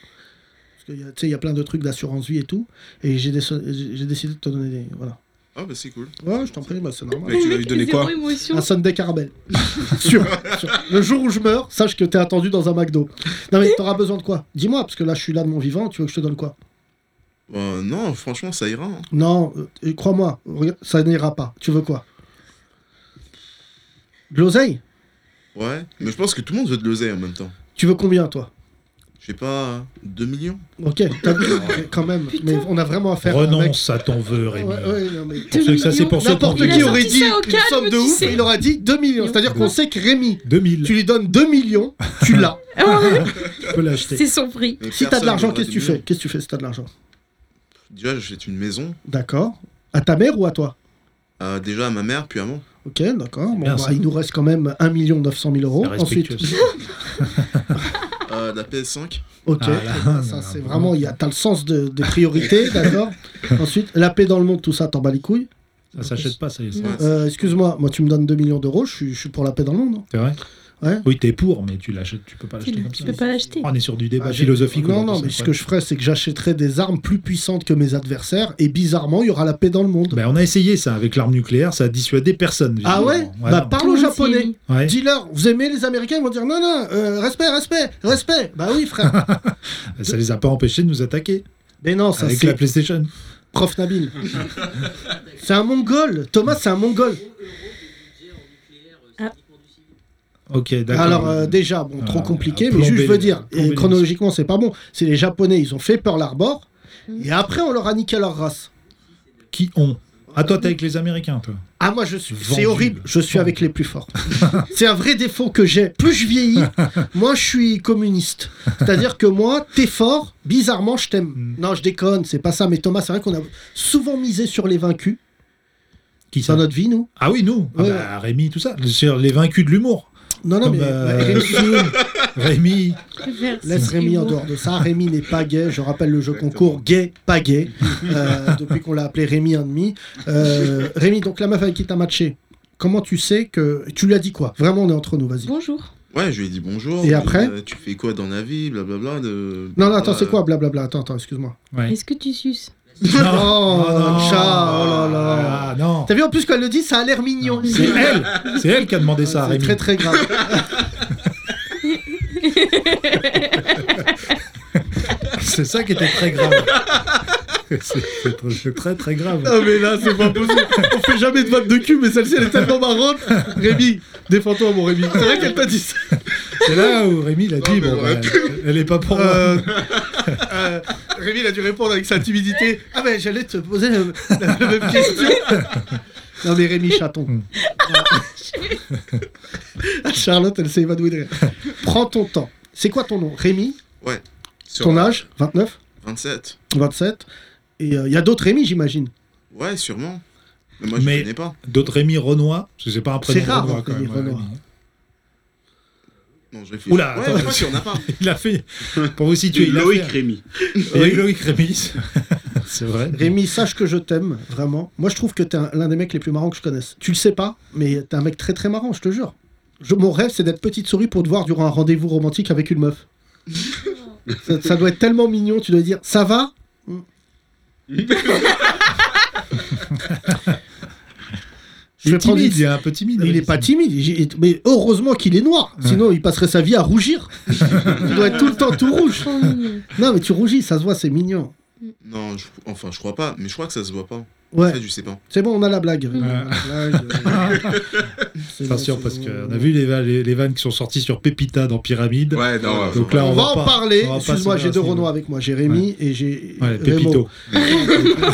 S3: Parce que, y a- tu sais, il y a plein de trucs d'assurance vie et tout. Et j'ai déce- j'ai j'ai décidé de te donner des. Voilà.
S7: Ah bah c'est cool.
S3: Ouais, je t'en prie, bah, c'est normal.
S5: Mais tu vas
S6: Le
S5: lui
S6: mec,
S5: donner
S6: zéro
S5: quoi
S6: émotion.
S3: Un Sunday Caramel. sûr, sûr. Le jour où je meurs, sache que t'es attendu dans un McDo. Non, mais t'auras besoin de quoi Dis-moi, parce que là, je suis là de mon vivant. Tu veux que je te donne quoi
S7: Bah, non, franchement, ça ira. hein.
S3: Non, euh, et crois-moi, regarde, ça n'ira pas. Tu veux quoi De l'oseille
S7: Ouais. Mais je pense que tout le monde veut de l'oseille en même temps.
S3: Tu veux combien, toi
S7: Je sais pas, 2 millions
S3: Ok, t'as vu, quand même.
S6: Putain.
S3: Mais on a vraiment affaire
S4: Renonce à ton
S3: à
S4: vœu,
S3: un mec.
S4: Rémi.
S3: Ouais, ouais, non, mais
S4: Pour ceux que ça, c'est pour ceux
S3: N'importe
S6: Il a
S3: qui
S6: sorti
S3: aurait dit
S6: ça au
S3: une
S6: calme,
S3: somme de
S6: tu
S3: ouf,
S6: sais.
S3: il aurait dit 2 millions. C'est-à-dire qu'on sait que Rémi,
S4: 2000.
S3: tu lui donnes 2 millions, tu l'as.
S4: Tu peux l'acheter.
S6: Ah, C'est son prix.
S7: Mais
S3: Si t'as
S7: personne
S3: de l'argent,
S7: n'aura
S3: qu'est-ce que tu
S7: 2 millions.
S3: fais Qu'est-ce que tu fais si t'as de l'argent
S7: Déjà, j'achète une maison.
S3: D'accord. À ta mère ou à toi
S7: euh, déjà à ma mère, puis à moi.
S3: Ok, d'accord. Bon,
S4: bien,
S3: bah,
S4: ça.
S3: il nous reste quand même 1 million 900 000 euros. Ensuite,
S4: Respectueux.
S7: Euh, la PS5.
S3: ok.
S4: Ah, là,
S3: ça,
S4: là,
S3: c'est
S4: là,
S3: vraiment, il y a- t'as le sens de, des priorités, d'accord Ensuite, la paix dans le monde, tout ça, t'en bats les couilles.
S4: Ça s'achète pas, ça y est. ça.
S7: Ouais.
S3: Euh, Excuse-moi, moi, tu me donnes 2 millions d'euros, je suis- je suis pour la paix dans le monde. hein.
S4: C'est vrai
S3: Ouais.
S4: Oui, t'es pour, mais tu l'achètes, tu peux pas
S6: Tu,
S4: l'acheter comme
S6: tu
S4: ça.
S6: peux pas l'acheter.
S4: On est sur du débat
S3: Ah, j'ai-
S4: philosophique.
S3: Non,
S4: aujourd'hui,
S3: non,
S4: c'est
S3: mais ce
S4: vrai.
S3: que je ferais, c'est que j'achèterais des armes plus puissantes que mes adversaires, et bizarrement, il y aura la paix dans le monde.
S4: Ben, on a essayé ça avec l'arme nucléaire, ça a dissuadé personne.
S3: ah ouais,
S4: visiblement.
S3: Bah
S4: non.
S3: parle aux
S6: Tout le monde s'y est
S3: japonais.
S6: mis.
S4: Ouais.
S3: Dis-leur, vous aimez les Américains Ils vont dire non, non, euh, respect, respect, respect. Bah oui, frère.
S4: Ça les a pas empêchés de nous attaquer
S3: Mais non, ça
S4: avec
S3: c'est
S4: la PlayStation.
S3: prof Nabil. c'est un mongol. Thomas, c'est un mongol.
S4: Ok, d'accord.
S3: Alors euh, déjà, bon, trop
S4: Ah,
S3: compliqué, mais
S4: plomber
S3: juste je veux
S4: les-
S3: dire, et
S4: plomber les-
S3: chronologiquement, c'est pas bon. C'est les Japonais, ils ont fait Pearl Harbor, et après, on leur a niqué leur race.
S4: qui ont Ah, toi, t'es avec les Américains, toi.
S3: Ah moi je suis, c'est
S4: Vendu.
S3: horrible, je suis
S4: Vendu.
S3: avec les plus forts. c'est un vrai défaut que j'ai. Plus je vieillis, moi je suis communiste. C'est-à-dire que moi, t'es fort, bizarrement je t'aime.
S4: Mm.
S3: Non je déconne, c'est pas ça. Mais Thomas, c'est vrai qu'on a souvent misé sur les vaincus
S4: Qui
S3: dans
S4: ça
S3: notre vie, nous.
S4: Ah oui, nous. Ah
S3: Ouais.
S4: bah, Rémi, tout ça. Sur les vaincus de l'humour.
S3: Non non
S4: Comme,
S3: mais
S4: euh,
S3: Rémi,
S4: Rémi.
S3: laisse Rémi en dehors de ça. Rémi n'est pas gay. Je rappelle le jeu concours gay pas gay euh, depuis qu'on l'a appelé Rémi un demi. Euh, Rémi donc la meuf avec qui t'as matché. Comment tu sais que tu lui as dit quoi Vraiment on est entre nous, vas-y.
S6: Bonjour.
S7: Ouais, je lui ai dit
S3: Et
S7: bonjour. je lui ai
S3: après
S7: dit, euh, Tu fais quoi dans la vie Blablabla. de- euh,
S3: Non non attends
S7: Voilà.
S3: c'est quoi blablabla attends attends excuse-moi.
S4: Ouais.
S6: Est-ce que tu suces
S4: Non,
S3: Oh, chat, oh là là.
S4: Ah, non.
S3: T'as vu en plus quand elle le dit, ça a l'air mignon.
S4: C'est elle. C'est elle qui a demandé ça à
S3: C'est
S4: Rémi.
S3: très très grave.
S4: C'est ça qui était très grave. C'est- C'est tr- c'est très très grave.
S3: Non mais là c'est pas possible. On fait jamais de vanne de cul, mais celle-ci elle est tellement marrante. Rémi, défends-toi mon Rémi. C'est vrai qu'elle t'a dit ça.
S4: C'est là où Rémi l'a dit
S7: mais
S4: bon,
S7: ouais.
S4: bah, elle est pas pour moi.
S3: Euh, euh, Rémi il a dû répondre avec sa timidité. Ah ben j'allais te poser le- la, la même question. Non mais Rémi chaton.
S4: Mm.
S3: Ah, Charlotte elle s'est évanouie de rire. Prends ton temps. C'est quoi ton nom Rémi,
S5: Sur-
S3: ton âge 29
S7: 27.
S3: 27 Et euh, il y a d'autres Rémi j'imagine.
S7: Ouais, sûrement. Mais moi, je
S4: Mais-
S7: connais pas.
S4: D'autres Rémi Renoir, parce que c'est pas un prénom
S3: C'est rare,
S4: Renoir
S3: hein,
S4: quand
S3: Rémi
S4: même. ouais,
S3: Renoir.
S4: Rémi.
S7: Non, je réfléchis.
S4: Oula,
S7: ouais,
S4: attends.
S7: je crois qu'il y en a pas.
S4: Il a fait pour vous situer, il a
S5: Loïc
S4: fait- hein.
S5: Rémy.
S4: il y a eu Loïc Rémi. C'est vrai.
S3: Rémi, sache que je t'aime, vraiment. Moi, je trouve que t'es un- l'un des mecs les plus marrants que je connaisse. Tu le sais pas, mais t'es un mec très très marrant, je te jure. Je, mon rêve, c'est d'être petite souris pour te voir durant un rendez-vous romantique avec une meuf. ça, ça doit être tellement mignon, tu dois dire ça va Mm. Je
S4: Il
S3: vais
S4: est
S3: prendre une-
S4: timide, Ah, il est un peu timide.
S3: Il est pas timide, il- il- mais heureusement qu'il est noir, sinon il passerait sa vie à rougir. il doit être tout le temps tout rouge.
S6: Trop mignon.
S3: Non, mais tu rougis, ça se voit, c'est mignon.
S7: Non, je- enfin, je crois pas. Mais je crois que ça se voit pas.
S3: Ouais.
S7: Ça, je sais pas.
S3: C'est bon, on a la blague. On a la blague, euh, c'est
S4: Pas
S3: bon,
S4: sûr
S3: c'est
S4: parce
S3: bon.
S4: qu'on a vu les, va- les, les vannes qui sont sorties sur Pépita dans Pyramide.
S5: Ouais, non, ouais,
S4: Donc
S5: faut-
S4: là,
S3: On,
S4: on,
S3: va, en
S4: pas-
S3: parler.
S4: on va pas
S3: Excuse-moi,
S4: se
S3: j'ai
S4: mettre
S3: deux
S4: à ce
S3: Renois
S4: niveau.
S3: avec moi. J'ai Rémi et j'ai
S4: Ouais,
S3: Rémo.
S4: Pépito.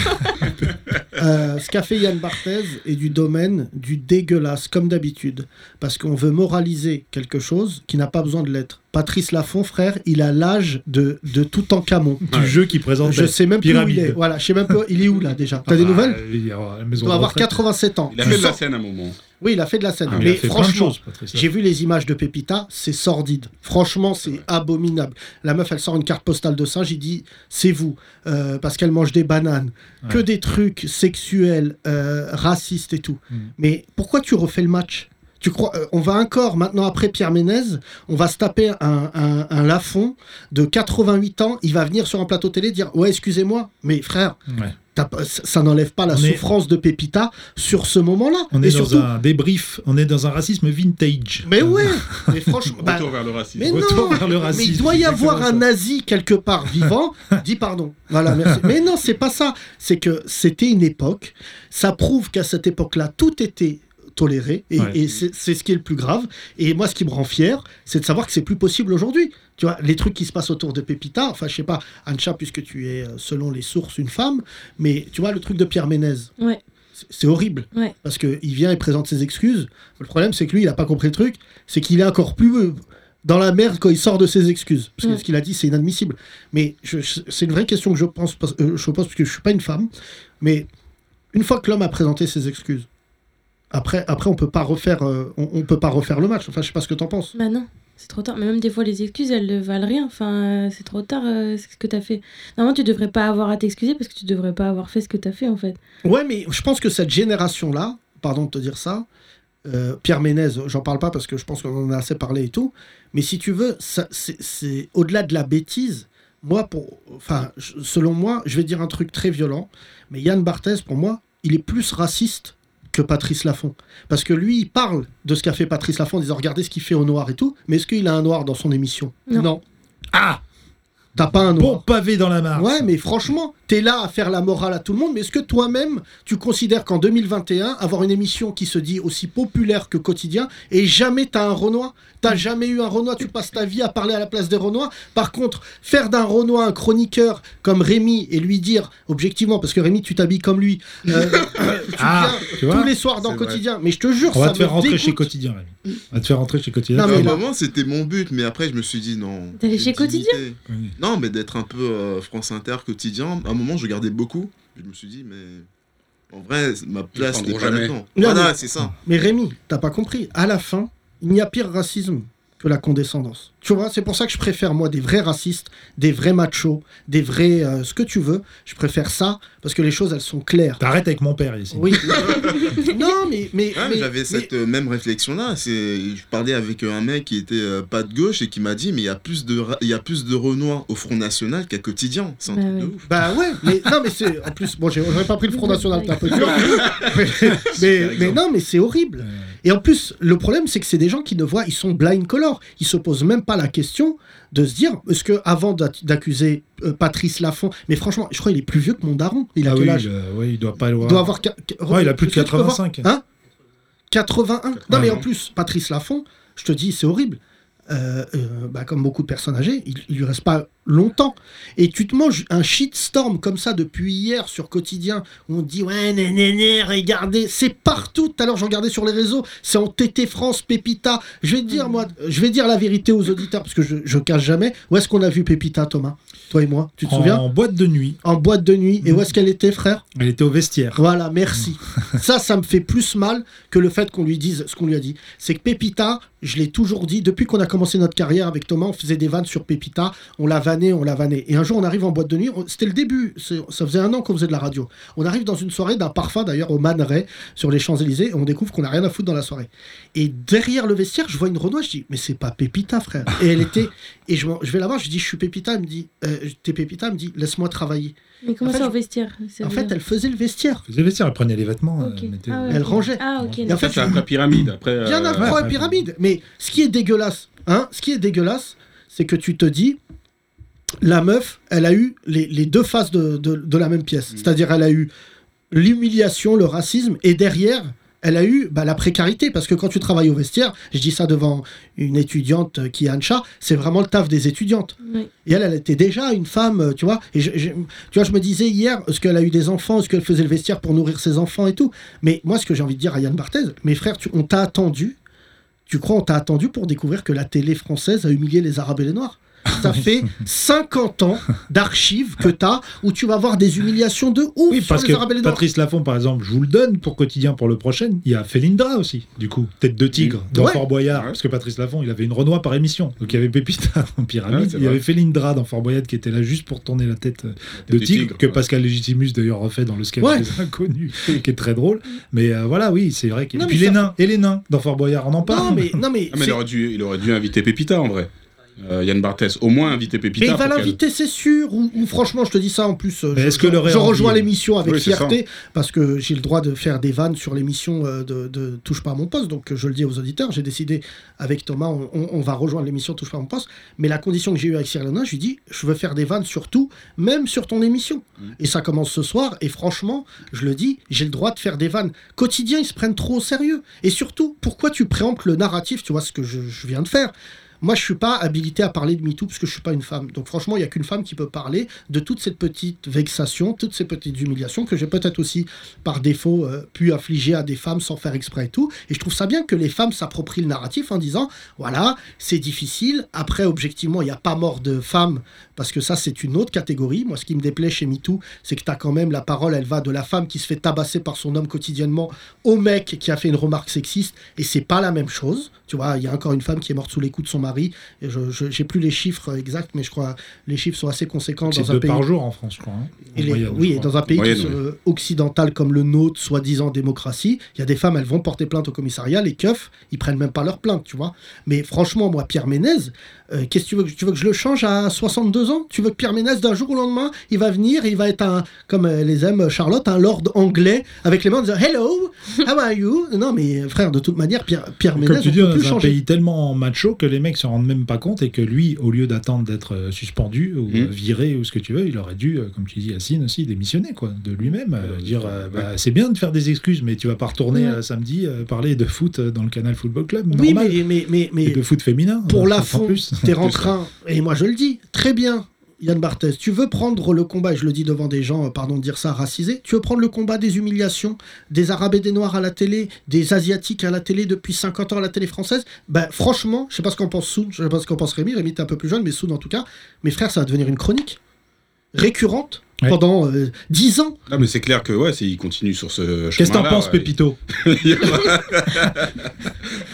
S3: Euh, ce qu'a fait Yann Barthez est du domaine du dégueulasse, comme d'habitude. Parce qu'on veut moraliser quelque chose qui n'a pas besoin de l'être. Patrice Laffont, frère, il a l'âge de, de tout en camon.
S4: Du jeu qui présente.
S3: Je sais même plus où il est.
S4: Pyramide.
S3: Voilà, je sais même pas. Il est où là déjà T'as
S4: Ah
S3: des
S4: bah,
S3: nouvelles
S4: il y aura la
S3: Il
S4: maison
S3: doit
S4: de
S3: avoir
S4: retraite.
S3: 87 ans.
S5: Il a
S3: Tu
S5: fait de la
S3: sens-
S5: scène à un moment.
S3: Oui, il a fait de la scène.
S4: Ah, mais il
S3: mais
S4: a fait plein de
S3: franchement,
S4: choses, Patrice.
S3: J'ai vu les images de Pépita, c'est sordide. Franchement, c'est abominable. La meuf, elle sort une carte postale de singe, il dit c'est vous, Euh, parce qu'elle mange des bananes, que
S4: Ouais.
S3: des trucs sexuels, euh, racistes et tout.
S4: Mm.
S3: Mais pourquoi tu refais le match tu crois, euh, on va encore, maintenant après Pierre Ménez, on va se taper un, un, un Lafon de 88 ans, il va venir sur un plateau télé dire Ouais, excusez-moi, mais frère,
S4: Ouais.
S3: t'as pas- ça ça n'enlève pas la
S4: On est-
S3: souffrance de Pépita sur ce moment-là.
S4: On
S3: Et
S4: est
S3: surtout,
S4: dans un débrief, on est dans un racisme vintage.
S3: mais ouais, mais franchement, bah,
S5: Retour vers le racisme.
S3: mais
S4: Retour
S3: non,
S4: vers le
S3: mais
S4: racisme,
S3: il doit y
S4: c'est
S3: avoir un
S4: exactement
S3: nazi quelque part vivant. Dis pardon. Voilà, merci. Mais non, c'est pas ça. C'est que c'était une époque. Ça prouve qu'à cette époque-là, tout était toléré et,
S4: Ouais.
S3: et c'est c'est ce qui est le plus grave et moi ce qui me rend fier c'est de savoir que c'est plus possible aujourd'hui tu vois les trucs qui se passent autour de Pépita enfin je sais pas Ancha puisque tu es euh, selon les sources une femme mais tu vois le truc de Pierre Ménez
S6: Ouais.
S3: c'est- c'est horrible
S6: Ouais.
S3: parce que il vient et présente ses excuses le problème c'est que lui il a pas compris le truc c'est qu'il est encore plus euh, dans la merde quand il sort de ses excuses. Parce que
S6: Ouais.
S3: ce qu'il a dit, c'est inadmissible. Mais je- je- c'est une vraie question que je pense, parce- euh, je pose parce que je suis pas une femme. Mais une fois que l'homme a présenté ses excuses, après, après on peut pas refaire, euh, on, on peut pas refaire le match. Enfin, je sais pas ce que t'en penses.
S6: Bah non, c'est trop tard. Mais même des fois, les excuses, elles ne valent rien. Enfin, euh, c'est trop tard euh, c'est ce que t'as fait. Normalement, tu devrais pas avoir à t'excuser parce que tu devrais pas avoir fait ce que t'as fait en fait.
S3: Ouais, mais je pense que cette génération-là, pardon de te dire ça, euh, Pierre Ménez, j'en parle pas parce que je pense qu'on en a assez parlé et tout, mais si tu veux, ça- c'est- c'est au-delà de la bêtise. Moi, pour, enfin, je- selon moi, je vais dire un truc très violent, mais Yann Barthès, pour moi, il est plus raciste que Patrice Laffont. Parce que lui, il parle de ce qu'a fait Patrice Laffont en disant regardez ce qu'il fait au noir et tout, mais est-ce qu'il a un noir dans son émission
S6: Non.
S3: non.
S4: Ah
S3: T'as pas un
S4: Bon
S3: noir.
S4: pavé dans la mare.
S3: ouais, mais franchement, t'es là à faire la morale à tout le monde, mais est-ce que toi-même, tu considères qu'en 2021, avoir une émission qui se dit aussi populaire que quotidien, et jamais t'as un Renoir
S4: Mm.
S3: T'as jamais eu un Renoir, tu passes ta vie à parler à la place des Renoirs. Par contre, faire d'un Renoir un chroniqueur comme Rémi et lui dire, objectivement, parce que Rémi, tu t'habilles comme lui, euh, tu
S4: Ah,
S3: viens
S4: tu vois
S3: tous les soirs dans
S7: C'est vrai.
S3: quotidien, mais je te jure,
S4: On va
S3: ça
S4: te faire
S3: me
S4: rentrer
S3: dégoûte.
S4: chez Quotidien, Rémi. On va te faire rentrer chez Quotidien. Ah,
S3: Non,
S7: À
S3: mais
S7: un
S3: là-
S7: moment, c'était mon but, mais après, je me suis dit non.
S6: D'aller
S7: j'ai
S6: chez
S7: une
S6: Quotidien
S7: dignité.
S4: Oui.
S7: Non, mais d'être un peu euh, France Inter, quotidien. À un moment, je regardais beaucoup. Je me suis dit, mais en vrai, ma place n'est
S5: prendront
S7: pas
S5: jamais.
S7: là-dedans.
S3: Non,
S7: Voilà,
S3: mais-
S7: c'est ça.
S3: Mais Rémi, t'as pas compris. À la fin, il n'y a pire racisme que la condescendance. Tu vois, c'est pour ça que je préfère, moi, des vrais racistes, des vrais machos, des vrais. euh, ce que tu veux. Je préfère ça, parce que les choses, elles sont claires.
S4: T'arrêtes avec mon père, Yacine.
S3: Oui. non, mais. mais,
S7: Ouais, mais
S3: mais-
S7: J'avais
S3: mais-
S7: cette euh, même réflexion-là. C'est, je parlais avec euh, un mec qui était euh, pas de gauche et qui m'a dit, mais il y a plus de, ra- il y a plus de Renoir au Front National qu'à quotidien. C'est un
S6: Bah
S7: truc de
S6: oui.
S7: ouf.
S3: Bah ouais, mais non, mais c'est. En plus, bon, j'ai- j'aurais pas pris le Front National, t'es un peu dur. Mais, mais- mais non, mais c'est horrible. Et en plus, le problème, c'est que c'est des gens qui ne voient, ils sont blind color. Ils se posent même pas la question de se dire, est-ce que avant d'ac- d'accuser euh, Patrice Laffont, mais franchement, je crois qu'il est plus vieux que mon daron. Il a
S4: Ah
S3: quel
S4: oui,
S3: âge
S4: euh, oui, il doit pas
S3: Il
S4: avoir.
S3: doit avoir. qua- qua-
S4: Ouais, il a plus de
S3: Est-ce que tu peux voir
S4: 85.
S3: Hein 81 Non, mais en
S5: 81.
S3: plus, Patrice Laffont, je te dis, c'est horrible. Euh, euh, bah, comme beaucoup de personnes âgées, il, il lui reste pas longtemps. Et tu te manges un shitstorm comme ça depuis hier sur quotidien où on te dit ouais né né né regardez c'est partout. Tout à l'heure je regardais sur les réseaux, c'est en TT France Pépita. Je vais te dire moi, je vais dire la vérité aux auditeurs parce que je, je cache jamais. Où est-ce qu'on a vu Pépita Thomas, toi et moi, tu te
S4: en
S3: souviens
S4: boîte de nuit.
S3: En boîte de nuit. Et où est-ce qu'elle était frère
S4: Elle était au vestiaire.
S3: voilà, merci. ça, ça me fait plus mal que le fait qu'on lui dise ce qu'on lui a dit. C'est que Pépita, je l'ai toujours dit, depuis qu'on a commencé notre carrière avec Thomas, on faisait des vannes sur Pépita, on la vannait, on la vannait. Et un jour, on arrive en boîte de nuit, on- c'était le début, c'est- ça faisait un an qu'on faisait de la radio. On arrive dans une soirée d'un parfum, d'ailleurs, au Man Ray, sur les Champs-Élysées, et on découvre qu'on n'a rien à foutre dans la soirée. Et derrière le vestiaire, je vois une Renoir, je dis, mais c'est pas Pépita, frère. Et elle était, et je, m'en- je vais la voir, je dis, je suis Pépita, elle me dit, Euh, t'es Pépita, elle me dit, laisse-moi travailler.
S6: Mais comment
S3: En fait,
S6: ça
S3: je-
S6: au vestiaire ça
S3: En
S6: veut
S3: fait,
S6: dire
S3: elle faisait le vestiaire.
S4: Elle faisait le vestiaire, elle prenait les vêtements.
S6: Ok.
S4: elle mettait-
S6: Ah ouais,
S3: Elle
S6: ok.
S3: rangeait.
S6: Ah, ok.
S3: Et en
S6: d'accord.
S3: fait,
S5: Ça, c'est après pyramide. Après. euh,
S3: Bien
S4: ouais,
S3: après
S4: ouais.
S3: pyramide. Mais ce qui est dégueulasse, hein, ce qui est dégueulasse, c'est que tu te dis, la meuf, elle a eu les, les deux faces de, de- de la même pièce. C'est-à-dire, elle a eu l'humiliation, le racisme, et derrière. Elle a eu bah, la précarité, parce que quand tu travailles au vestiaire, je dis ça devant une étudiante qui a un chat, c'est vraiment le taf des étudiantes.
S6: Oui.
S3: Et elle, elle était déjà une femme, euh, tu vois. Et je, je- tu vois, je me disais hier, est-ce qu'elle a eu des enfants, est-ce qu'elle faisait le vestiaire pour nourrir ses enfants et tout. Mais moi, ce que j'ai envie de dire à Yann Barthez, mes frères, tu- on t'a attendu, tu crois, on t'a attendu pour découvrir que la télé française a humilié les Arabes et les Noirs. Ça fait 50 ans d'archives que t'as où tu vas voir des humiliations de ouf
S4: Oui,
S3: sur
S4: parce
S3: les
S4: que
S3: Arabes et les Noirs.
S4: Patrice Laffont, par exemple, je vous le donne pour quotidien pour le prochain. Il y a Felindra aussi, du coup, tête de tigre dans
S3: Ouais.
S4: Fort Boyard,
S5: Ouais.
S4: parce que Patrice Laffont, il avait une Renoir par émission. Donc il y avait Pépita en
S5: Ouais,
S4: pyramide,
S5: c'est
S4: il y
S5: vrai.
S4: avait Felindra dans Fort Boyard qui était là juste pour tourner la tête euh, de
S5: du
S4: tigre,
S5: tigre,
S4: que
S5: ouais.
S4: Pascal Légitimus d'ailleurs refait dans le sketch
S3: Ouais.
S4: des inconnus, qui est très drôle. Mais euh, voilà, oui, c'est vrai. qu'il-
S3: Non,
S4: Et puis
S3: mais
S4: les
S3: ça-
S4: nains, et les nains dans Fort Boyard, on en parle.
S3: Non mais, non, mais,
S5: Ah, mais
S3: c'est-
S5: il aurait, dû, il aurait dû inviter Pépita en vrai. Euh, Yann Barthès, au moins inviter
S3: Mais
S5: Pépita.
S3: il va
S5: pour qu'elle-
S3: l'inviter, c'est sûr. Ou, ou franchement, je te dis ça en plus. euh,
S4: Mais
S3: je-
S4: est-ce que
S3: je,
S4: le
S3: je
S4: réordi-
S3: rejoins l'émission avec
S5: Oui, c'est
S3: fierté parce que j'ai le droit de faire des vannes sur l'émission euh, de, de Touche pas à mon poste. Donc euh, je le dis aux auditeurs. J'ai décidé avec Thomas, on, on- on va rejoindre l'émission Touche pas à mon poste. Mais la condition que j'ai eue avec Cyril Hanouna, je lui dis, je veux faire des vannes sur tout, même sur ton émission. Et ça commence ce soir. Et franchement, je le dis, j'ai le droit de faire des vannes. Quotidien, ils se prennent trop au sérieux. Et surtout, pourquoi tu préemptes le narratif Tu vois ce que je- je viens de faire. Moi, je suis pas habilité à parler de MeToo parce que je suis pas une femme. Donc, franchement, il y a qu'une femme qui peut parler de toutes ces petites vexations, toutes ces petites humiliations que j'ai peut-être aussi, par défaut, euh, pu infliger à des femmes sans faire exprès et tout. Et je trouve ça bien que les femmes s'approprient le narratif en disant voilà, c'est difficile. Après, objectivement, il n'y a pas mort de femme parce que ça, c'est une autre catégorie. Moi, ce qui me déplaît chez MeToo, c'est que tu as quand même la parole, elle va de la femme qui se fait tabasser par son homme quotidiennement au mec qui a fait une remarque sexiste et c'est pas la même chose. Tu vois, il y a encore une femme qui est morte sous les coups de son mari. Et je- je j'ai plus les chiffres exacts, mais je crois les chiffres sont assez conséquents
S4: C'est
S3: dans un
S4: deux
S3: pays.
S4: par jour en France, je crois. hein, en
S3: Et les-
S4: moyenne,
S3: oui,
S4: je
S3: et
S4: crois.
S3: dans un pays
S5: Moyenne,
S3: qui se- occidental comme le nôtre, soi-disant démocratie, il y a des femmes, elles vont porter plainte au commissariat, les keufs, ils prennent même pas leur plainte, tu vois. Mais franchement, moi, Pierre Ménez, euh, qu'est-ce que tu veux que tu veux que je le change à 62 deux ans. Tu veux que Pierre Ménès, d'un jour au lendemain, il va venir, il va être un, comme euh, les aime Charlotte, un lord anglais avec les mains en disant Hello, how are you Non, mais euh, frère, de toute manière, Pierre, Pierre
S4: Comme
S3: Ménès,
S4: tu
S3: on
S4: dis,
S3: peut
S4: on
S3: plus
S4: est un
S3: changer.
S4: pays tellement macho que les mecs se rendent même pas compte et que lui, au lieu d'attendre d'être euh, suspendu ou
S5: Mhm.
S4: euh, viré ou ce que tu veux, il aurait dû, euh, comme tu dis, Yacine aussi, démissionner quoi, de lui-même. euh, dire euh, bah, c'est bien de faire des excuses, mais tu vas pas retourner
S6: Ouais.
S4: euh, samedi euh, parler de foot euh, dans le Canal Football Club.
S3: Oui,
S4: normal.
S3: mais, mais, mais, mais
S4: Et de foot féminin.
S3: pour
S4: euh,
S3: la
S4: en
S3: fond,
S4: plus.
S3: t'es en train, et moi je le dis, très bien, Yann Barthès, tu veux prendre le combat, et je le dis devant des gens, euh, pardon de dire ça, racisés, tu veux prendre le combat des humiliations, des Arabes et des Noirs à la télé, des Asiatiques à la télé depuis 50 ans à la télé française, ben franchement, je sais pas ce qu'en pense Soun, je sais pas ce qu'en pense Rémi, Rémi t'es un peu plus jeune, mais Soun en tout cas, mes frères, ça va devenir une chronique récurrente
S4: Ouais.
S3: pendant euh, 10 ans.
S5: Ah, mais c'est clair que, ouais, c'est- il continue sur ce chemin.
S4: Qu'est-ce que t'en penses, Pépito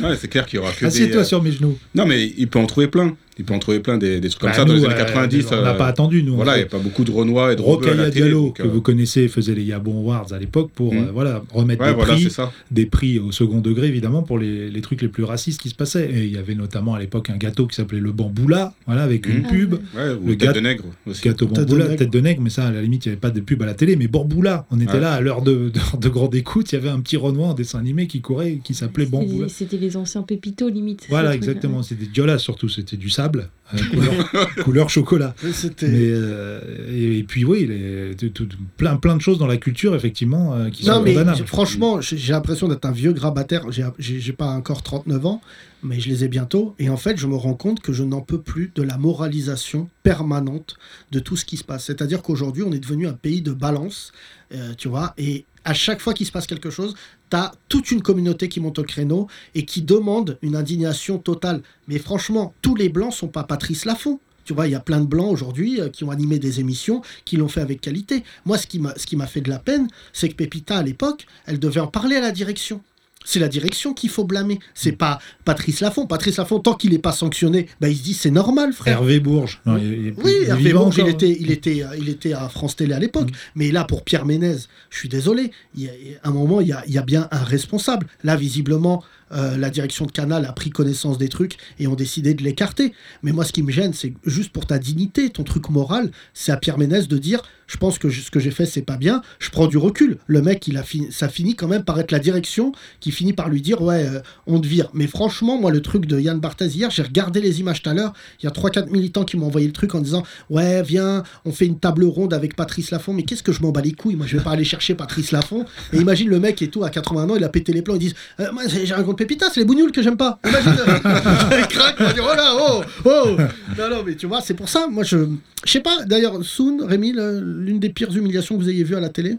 S5: Ouais, c'est clair qu'il y aura que des.
S4: Assieds-toi
S5: euh,
S4: sur mes genoux.
S5: Non, mais il peut en trouver plein. Il peut en trouver plein des, des trucs comme
S4: Bah,
S5: ça dans
S4: nous,
S5: les années
S4: euh,
S5: 90.
S4: On n'a
S5: euh,
S4: pas attendu, nous. on
S5: Voilà, il
S4: fait-
S5: n'y a pas beaucoup de Renoir et de Rebeu à
S4: Rocaille
S5: la
S4: à
S5: télé.
S4: Diallo,
S5: donc,
S4: que
S5: euh,
S4: vous connaissez, faisait les Yabon Awards à l'époque pour
S5: Mhm.
S4: euh, voilà, remettre
S5: Ouais,
S4: des,
S5: voilà, c'est
S4: prix,
S5: ça.
S4: des prix au second degré, évidemment, pour les, les trucs les plus racistes qui se passaient. Et il y avait notamment à l'époque un gâteau qui s'appelait le Bamboula, voilà, avec une
S6: Mhm.
S4: pub.
S6: Ah ouais.
S5: Ouais, ou
S4: Le
S5: Tête
S4: gâte-
S5: de Nègre aussi.
S4: Gâteau
S3: Tête de
S4: Bamboula,
S3: nègre.
S4: tête de nègre, mais ça, à la limite, il n'y avait pas de pub à la télé. Mais Bamboula, on était
S5: Ouais.
S4: là à l'heure de, de, de grande écoute, il y avait un petit Renoir en dessin animé qui courait et qui s'appelait Bamboula.
S6: C'était- C'était les anciens pépitos, limite. ces
S4: Voilà,
S6: trucs-là.
S4: exactement. C'était Diola surtout, c'était du sable, euh, couleur, couleur chocolat.
S3: C'était...
S4: Mais, euh, et, et puis oui, les- tout- tout- plein, plein de choses dans la culture, effectivement, euh, qui
S3: Non,
S4: sont
S3: mais
S4: condamnables.
S3: j'ai- franchement, j'ai j'ai l'impression d'être un vieux grabataire. J'ai- J'ai j'ai pas encore 39 ans, mais je les ai bientôt. Et en fait, je me rends compte que je n'en peux plus de la moralisation permanente de tout ce qui se passe. C'est-à-dire qu'aujourd'hui, on est devenu un pays de balance, euh, tu vois, et à chaque fois qu'il se passe quelque chose, t'as toute une communauté qui monte au créneau et qui demande une indignation totale. Mais franchement, tous les blancs sont pas Patrice Lafont. Tu vois, il y a plein de blancs aujourd'hui euh, qui ont animé des émissions, qui l'ont fait avec qualité. Moi, ce qui m'a ce qui m'a fait de la peine, c'est que Pépita, à l'époque, elle devait en parler à la direction. C'est la direction qu'il faut blâmer. C'est pas Patrice Lafont. Patrice Lafont, tant qu'il n'est pas sanctionné, bah, il se dit c'est normal, frère.
S4: Hervé Bourges. non, il- il est
S3: Oui,
S4: plus- il est
S3: Hervé
S4: vivant
S3: Bourges, il
S4: encore, Mm.
S3: était, il, était, euh, il était à France Télé à l'époque. Mais là, pour Pierre Ménez, je suis désolé. Il y a, à un moment, il y a, il y a bien un responsable. Là, visiblement, euh, la direction de Canal a pris connaissance des trucs et ont décidé de l'écarter. Mais moi, ce qui me gêne, c'est que juste pour ta dignité, ton truc moral, c'est à Pierre Ménès de dire Je pense que je- ce que j'ai fait, c'est pas bien, je prends du recul. Le mec, il a fini- ça finit quand même par être la direction qui finit par lui dire Ouais, euh, on te vire. Mais franchement, moi, le truc de Yann Barthès hier, j'ai regardé les images tout à l'heure. Il y a 3-4 militants qui m'ont envoyé le truc en disant Ouais, viens, on fait une table ronde avec Patrice Lafont. Mais qu'est-ce que je m'en bats les couilles Moi, je vais pas aller chercher Patrice Lafont. Et imagine le mec et tout, à 80 ans, il a pété les plombs. Ils disent Euh, Moi, j'ai j'ai un compte Pépita, c'est les bougnoules que j'aime pas. Imagine, euh, il craque, il va dire Oh là, oh, oh Non, non, mais tu vois, c'est pour ça. Moi, je. Je sais pas, d'ailleurs, Soun, Rémi, le- l'une des pires humiliations que vous ayez vues à la télé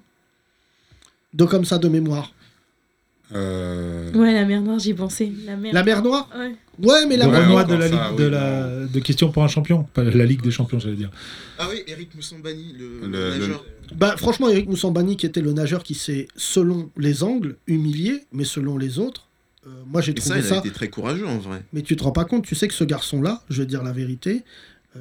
S3: De comme ça, de mémoire.
S5: Euh,
S6: Ouais, la mer noire, j'y pensais. La mer.
S3: La mer noire
S6: Ouais.
S3: Ouais, mais la
S4: Le
S5: Ouais,
S3: mer
S4: Renoir
S5: encore
S4: de la Ligue
S5: ça, oui,
S4: de, la, de Question pour un champion. Pas la Ligue des champions, j'allais dire.
S7: Ah oui, Eric Moussambani,
S5: Le-
S7: le, le nageur.
S3: Bah, franchement, Eric Moussambani, qui était le nageur qui s'est, selon les angles, humilié, mais selon les autres, euh, moi j'ai
S7: Et ça,
S3: trouvé
S7: il
S3: ça.
S7: a été très courageux en vrai.
S3: Mais tu te rends pas compte, tu sais que ce garçon-là, je vais te dire la vérité, euh,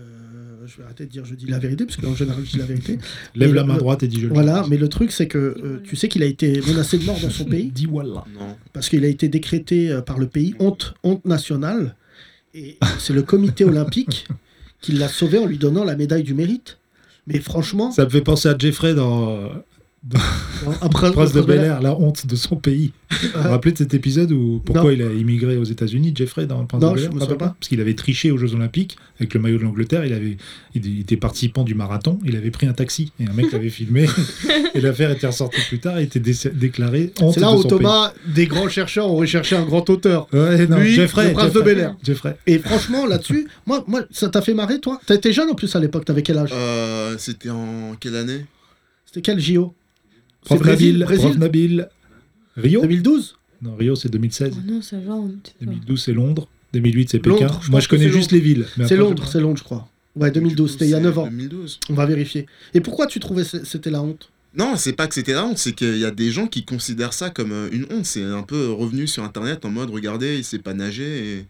S3: je vais arrêter de dire je dis la vérité, parce qu'en général je dis la vérité.
S4: Lève
S3: Mais
S4: la main
S3: le-
S4: droite et dis je le
S3: Euh, Voilà,
S4: dis.
S3: mais le truc, c'est que euh, tu sais qu'il a été menacé de mort dans son pays,
S4: Dis voilà.
S7: Non.
S3: parce qu'il a été décrété euh, par le pays honte, honte nationale, et c'est le comité olympique qui l'a sauvé en lui donnant la médaille du mérite. Mais franchement,
S4: Ça me fait penser à Jeffrey dans euh,
S3: un prince,
S4: Prince de
S3: un prince
S4: Bel Air, la honte de son pays. Vous vous rappelez de cet épisode où pourquoi il a immigré aux États-Unis, Jeffrey, dans le Prince
S3: Non,
S4: de Bel
S3: je
S4: Air
S3: me
S4: Ah,
S3: souviens
S4: papa
S3: pas.
S4: Parce qu'il avait triché aux Jeux Olympiques avec le maillot de l'Angleterre. Il, avait, il était participant du marathon. Il avait pris un taxi et un mec l'avait filmé. et l'affaire était ressortie plus tard et était dé- déclarée honte
S3: C'est là
S4: de
S3: où
S4: son
S3: Thomas, des grands chercheurs, ont recherché un grand auteur.
S4: pays. Ouais, non,
S3: Lui,
S4: Jeffrey,
S3: le prince de
S4: Jeffrey,
S3: Bel Air.
S4: Jeffrey.
S3: Et franchement, là-dessus, moi, moi, ça t'a fait marrer, toi T'as été jeune en plus à l'époque, t'avais quel âge
S7: Euh, C'était en quelle année
S3: C'était quel JO C'est
S4: Prof Nabil,
S3: Brésil,
S4: Prof Nabil. Rio
S3: 2012
S4: Non, Rio c'est
S6: Oh
S4: 2016.
S6: non, ça va. on peut pas.
S4: 2012 c'est Londres. 2008 c'est Pékin.
S3: Londres, je
S4: Moi
S3: pense
S4: je
S3: que
S4: connais
S3: c'est
S4: juste
S3: Londres.
S4: les villes. mais
S3: C'est
S4: après,
S3: Londres,
S4: je-
S3: c'est Londres, je crois. Ouais, 2012, c'était il y a 9 ans.
S7: 2012.
S3: On va vérifier. Et pourquoi tu trouvais c- c'était la honte
S7: Non, c'est pas que c'était la honte, c'est qu'il y a des gens qui considèrent ça comme euh, une honte. C'est un peu revenu sur internet en mode regardez, il sait pas nager. Et,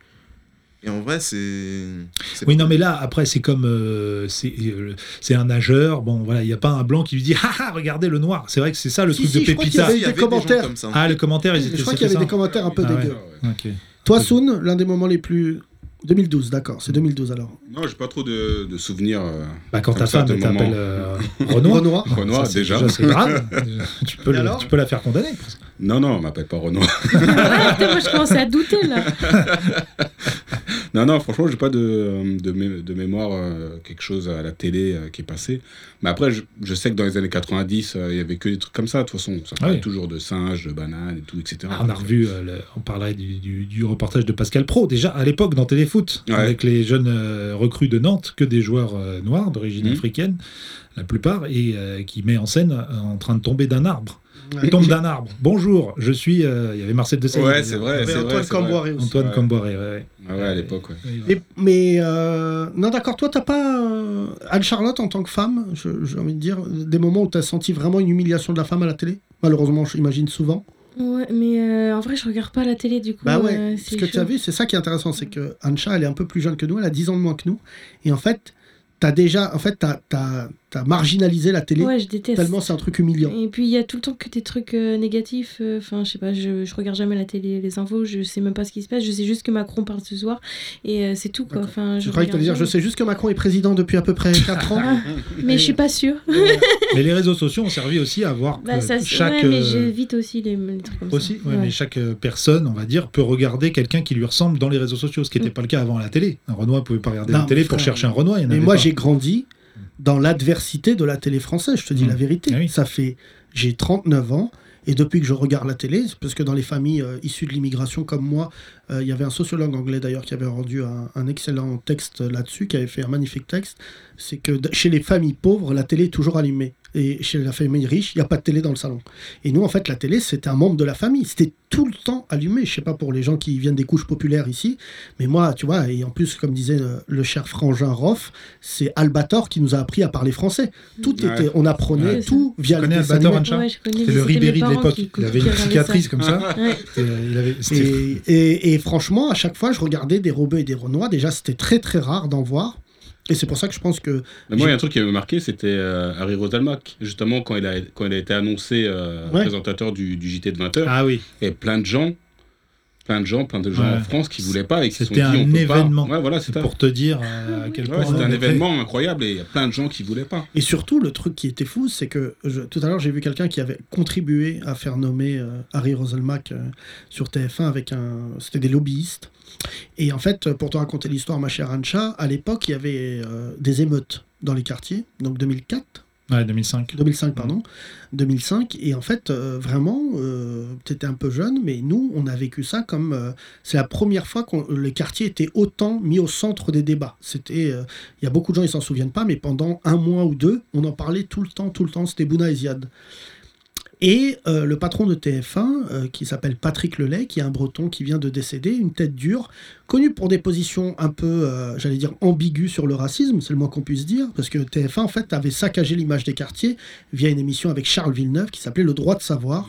S7: et en vrai, c'est.
S3: Ah,
S7: c'est
S4: Oui,
S7: pas-
S4: non, mais là, après, c'est comme. euh, c'est euh, c'est un nageur. Bon, voilà, il n'y a pas un blanc qui lui dit Ah ah, regardez le noir. C'est vrai que c'est ça le
S3: Si,
S4: truc
S3: si,
S4: de
S3: je crois
S7: Si,
S4: Pépita.
S3: qu'il
S7: il y avait des gens
S3: commentaires. Ah,
S7: comme ça.
S4: Ah, le commentaire, ils étaient
S3: Je crois
S4: c'était
S3: qu'il y avait
S4: ça
S3: des commentaires un peu
S4: Ah ouais.
S3: dégueux.
S4: Ok.
S3: Toi, Soun, l'un des moments les plus 2012, d'accord, c'est 2012 alors.
S5: Non, j'ai pas trop de, de souvenirs. euh,
S4: Bah, quand
S5: Comme
S4: ta
S5: ça, à
S4: femme
S5: tout moment.
S4: t'appelle euh, Renoir,
S3: Renoir.
S5: Renoir,
S4: ça, c'est-
S5: déjà.
S4: c'est grave. tu, peux
S3: Et
S4: le-
S3: alors
S4: tu peux la faire condamner. presque.
S5: Non, non, on m'appelle pas Renoir.
S6: Ah, putain, moi je commençais à douter là.
S5: non, non, franchement, j'ai pas de, euh, de, mé- de mémoire, euh, quelque chose à la télé euh, qui est passé. Mais après, je, je sais que dans les années 90, euh, il y avait que des trucs comme ça, de toute façon. Ça
S4: Ah
S5: parlait
S4: oui.
S5: toujours de singes, de bananes et tout, etc.
S4: on a revu, euh, le- on parlait du, du- du reportage de Pascal Pro, déjà à l'époque dans Téléfoot,
S5: Ouais.
S4: avec les jeunes euh, recrues de Nantes, que des joueurs euh, noirs d'origine
S5: Mhm.
S4: africaine, la plupart, et euh, qui met en scène euh, en train de tomber d'un arbre.
S3: Ouais.
S4: Tombe d'un arbre. Bonjour, je suis. euh, Il y avait Marcel de
S5: Ouais, c'est vrai,
S3: Et
S5: c'est vrai.
S3: Antoine
S5: c'est vrai.
S3: Camboiré aussi.
S4: Antoine
S5: Ouais.
S4: Comboiré, ouais,
S5: Ah ouais, à l'époque, ouais.
S4: ouais.
S3: Mais, mais, euh, non, d'accord, toi, t'as pas. euh, Anne-Charlotte, en tant que femme, je- j'ai envie de dire, des moments où t'as senti vraiment une humiliation de la femme à la télé Malheureusement, j'imagine souvent.
S6: Ouais, mais euh, en vrai, je regarde pas la télé du coup.
S3: Bah ouais,
S6: euh,
S3: ce
S6: c'est
S3: que
S6: chaud.
S3: tu as vu, c'est ça qui est intéressant, c'est que Ancha, elle est un peu plus jeune que nous, elle a 10 ans de moins que nous. Et en fait, t'as déjà. En fait, t'as as, marginalisé la télé
S6: Ouais, je déteste.
S3: tellement c'est un truc humiliant.
S6: Et puis il y a tout le temps que des trucs euh, négatifs. euh, Enfin, je sais pas, je, je regarde jamais la télé, les infos, je sais même pas ce qui se passe. Je sais juste que Macron parle ce soir et euh, c'est tout quoi.
S3: D'accord.
S6: Enfin,
S3: Je
S6: je
S3: croyais que t'allais dire, je
S6: regarde
S3: sais juste que Macron est président depuis à peu près 4 ans.
S6: jamais. Ah, mais je suis pas sûre.
S4: Euh, Mais les réseaux sociaux ont servi aussi à voir
S6: Bah,
S4: euh,
S6: ça, se-
S4: chaque.
S6: ouais, mais
S4: euh,
S6: j'évite aussi les, les trucs comme
S4: Aussi,
S6: ça.
S4: ouais,
S6: Ouais.
S4: mais chaque euh, personne, on va dire, peut regarder quelqu'un qui lui ressemble dans les réseaux sociaux, ce qui n'était
S6: Mm.
S4: pas le cas avant à la télé. Un Renoir pouvait pas regarder
S3: Non,
S4: la télé
S3: frère.
S4: pour chercher un Renoir. il y en
S3: Mais
S4: avait
S3: moi,
S4: pas.
S3: j'ai grandi dans l'adversité de la télé française, je te dis
S4: Mm.
S3: la vérité.
S4: Ah oui.
S3: Ça fait. J'ai 39 ans. Et depuis que je regarde la télé, c'est parce que dans les familles euh, issues de l'immigration comme moi, euh, il y avait un sociologue anglais d'ailleurs qui avait rendu un, un excellent texte là-dessus, qui avait fait un magnifique texte, c'est que d- chez les familles pauvres, la télé est toujours allumée. Et chez la famille riche, il n'y a pas de télé dans le salon. Et nous, en fait, la télé, c'était un membre de la famille. C'était tout le temps allumé. Je sais pas pour les gens qui viennent des couches populaires ici, mais moi, tu vois, et en plus, comme disait euh, le cher frangin Roff, c'est Albator qui nous a appris à parler français. Tout
S5: Ouais.
S3: était, on apprenait
S6: Ouais.
S3: tout via le
S4: connais
S3: dessin
S4: Albator,
S3: animé.
S4: Ancha
S6: Ouais, je connais,
S4: C'était
S6: mais
S4: le
S6: c'était mes
S4: Ribéry de
S6: parents
S4: l'époque.
S6: qui-
S4: Il avait
S6: qui
S4: une
S6: regardaient ça.
S4: cicatrice comme ça.
S6: Ouais.
S4: Et, euh, il avait, c'était-
S3: Et, et- et franchement, à chaque fois, je regardais des Robeux et des Renois. Déjà, c'était très très rare d'en voir. Et c'est pour ça que je pense que.
S5: Mais moi, il y a un truc qui m'a marqué, c'était euh, Harry Rosalmack. Justement, quand il a, quand il a été annoncé euh,
S3: Ouais.
S5: présentateur du, du JT de 20h,
S4: Ah oui,
S5: et plein de gens, plein de gens, plein de gens
S4: Ouais.
S5: en France qui voulaient pas et qui se sont dit
S4: C'était un
S5: on peut pas.
S4: événement.
S5: Ouais, voilà,
S4: c'est
S5: c'était
S4: pour te dire euh, à
S6: oui.
S4: quel
S5: ouais,
S4: point.
S5: c'était
S4: on
S5: un
S4: était-
S5: événement incroyable et il y a plein de gens qui voulaient pas.
S3: Et surtout, le truc qui était fou, c'est que je- tout à l'heure, j'ai vu quelqu'un qui avait contribué à faire nommer euh, Harry Roselmack euh, sur TF1 avec un. C'était des lobbyistes. Et en fait, euh, pour te raconter l'histoire, ma chère Ancha, à l'époque, il y avait euh, des émeutes dans les quartiers, donc 2004.
S4: Ouais, 2005.
S3: 2005, pardon. 2005. Et en fait, euh, vraiment, tu étais un peu jeune, mais nous, on a vécu ça comme. euh, c'est la première fois que les quartiers étaient autant mis au centre des débats. C'était. euh, Il y a beaucoup de gens, ils s'en souviennent pas, mais pendant un mois ou deux, on en parlait tout le temps, tout le temps. C'était Bouna et Ziad. Et euh, le patron de TF1, euh, qui s'appelle Patrick Lelay, qui est un breton qui vient de décéder, une tête dure, connu pour des positions un peu, euh, j'allais dire, ambiguës sur le racisme, c'est le moins qu'on puisse dire, parce que TF1, en fait, avait saccagé l'image des quartiers via une émission avec Charles Villeneuve qui s'appelait Le droit de savoir.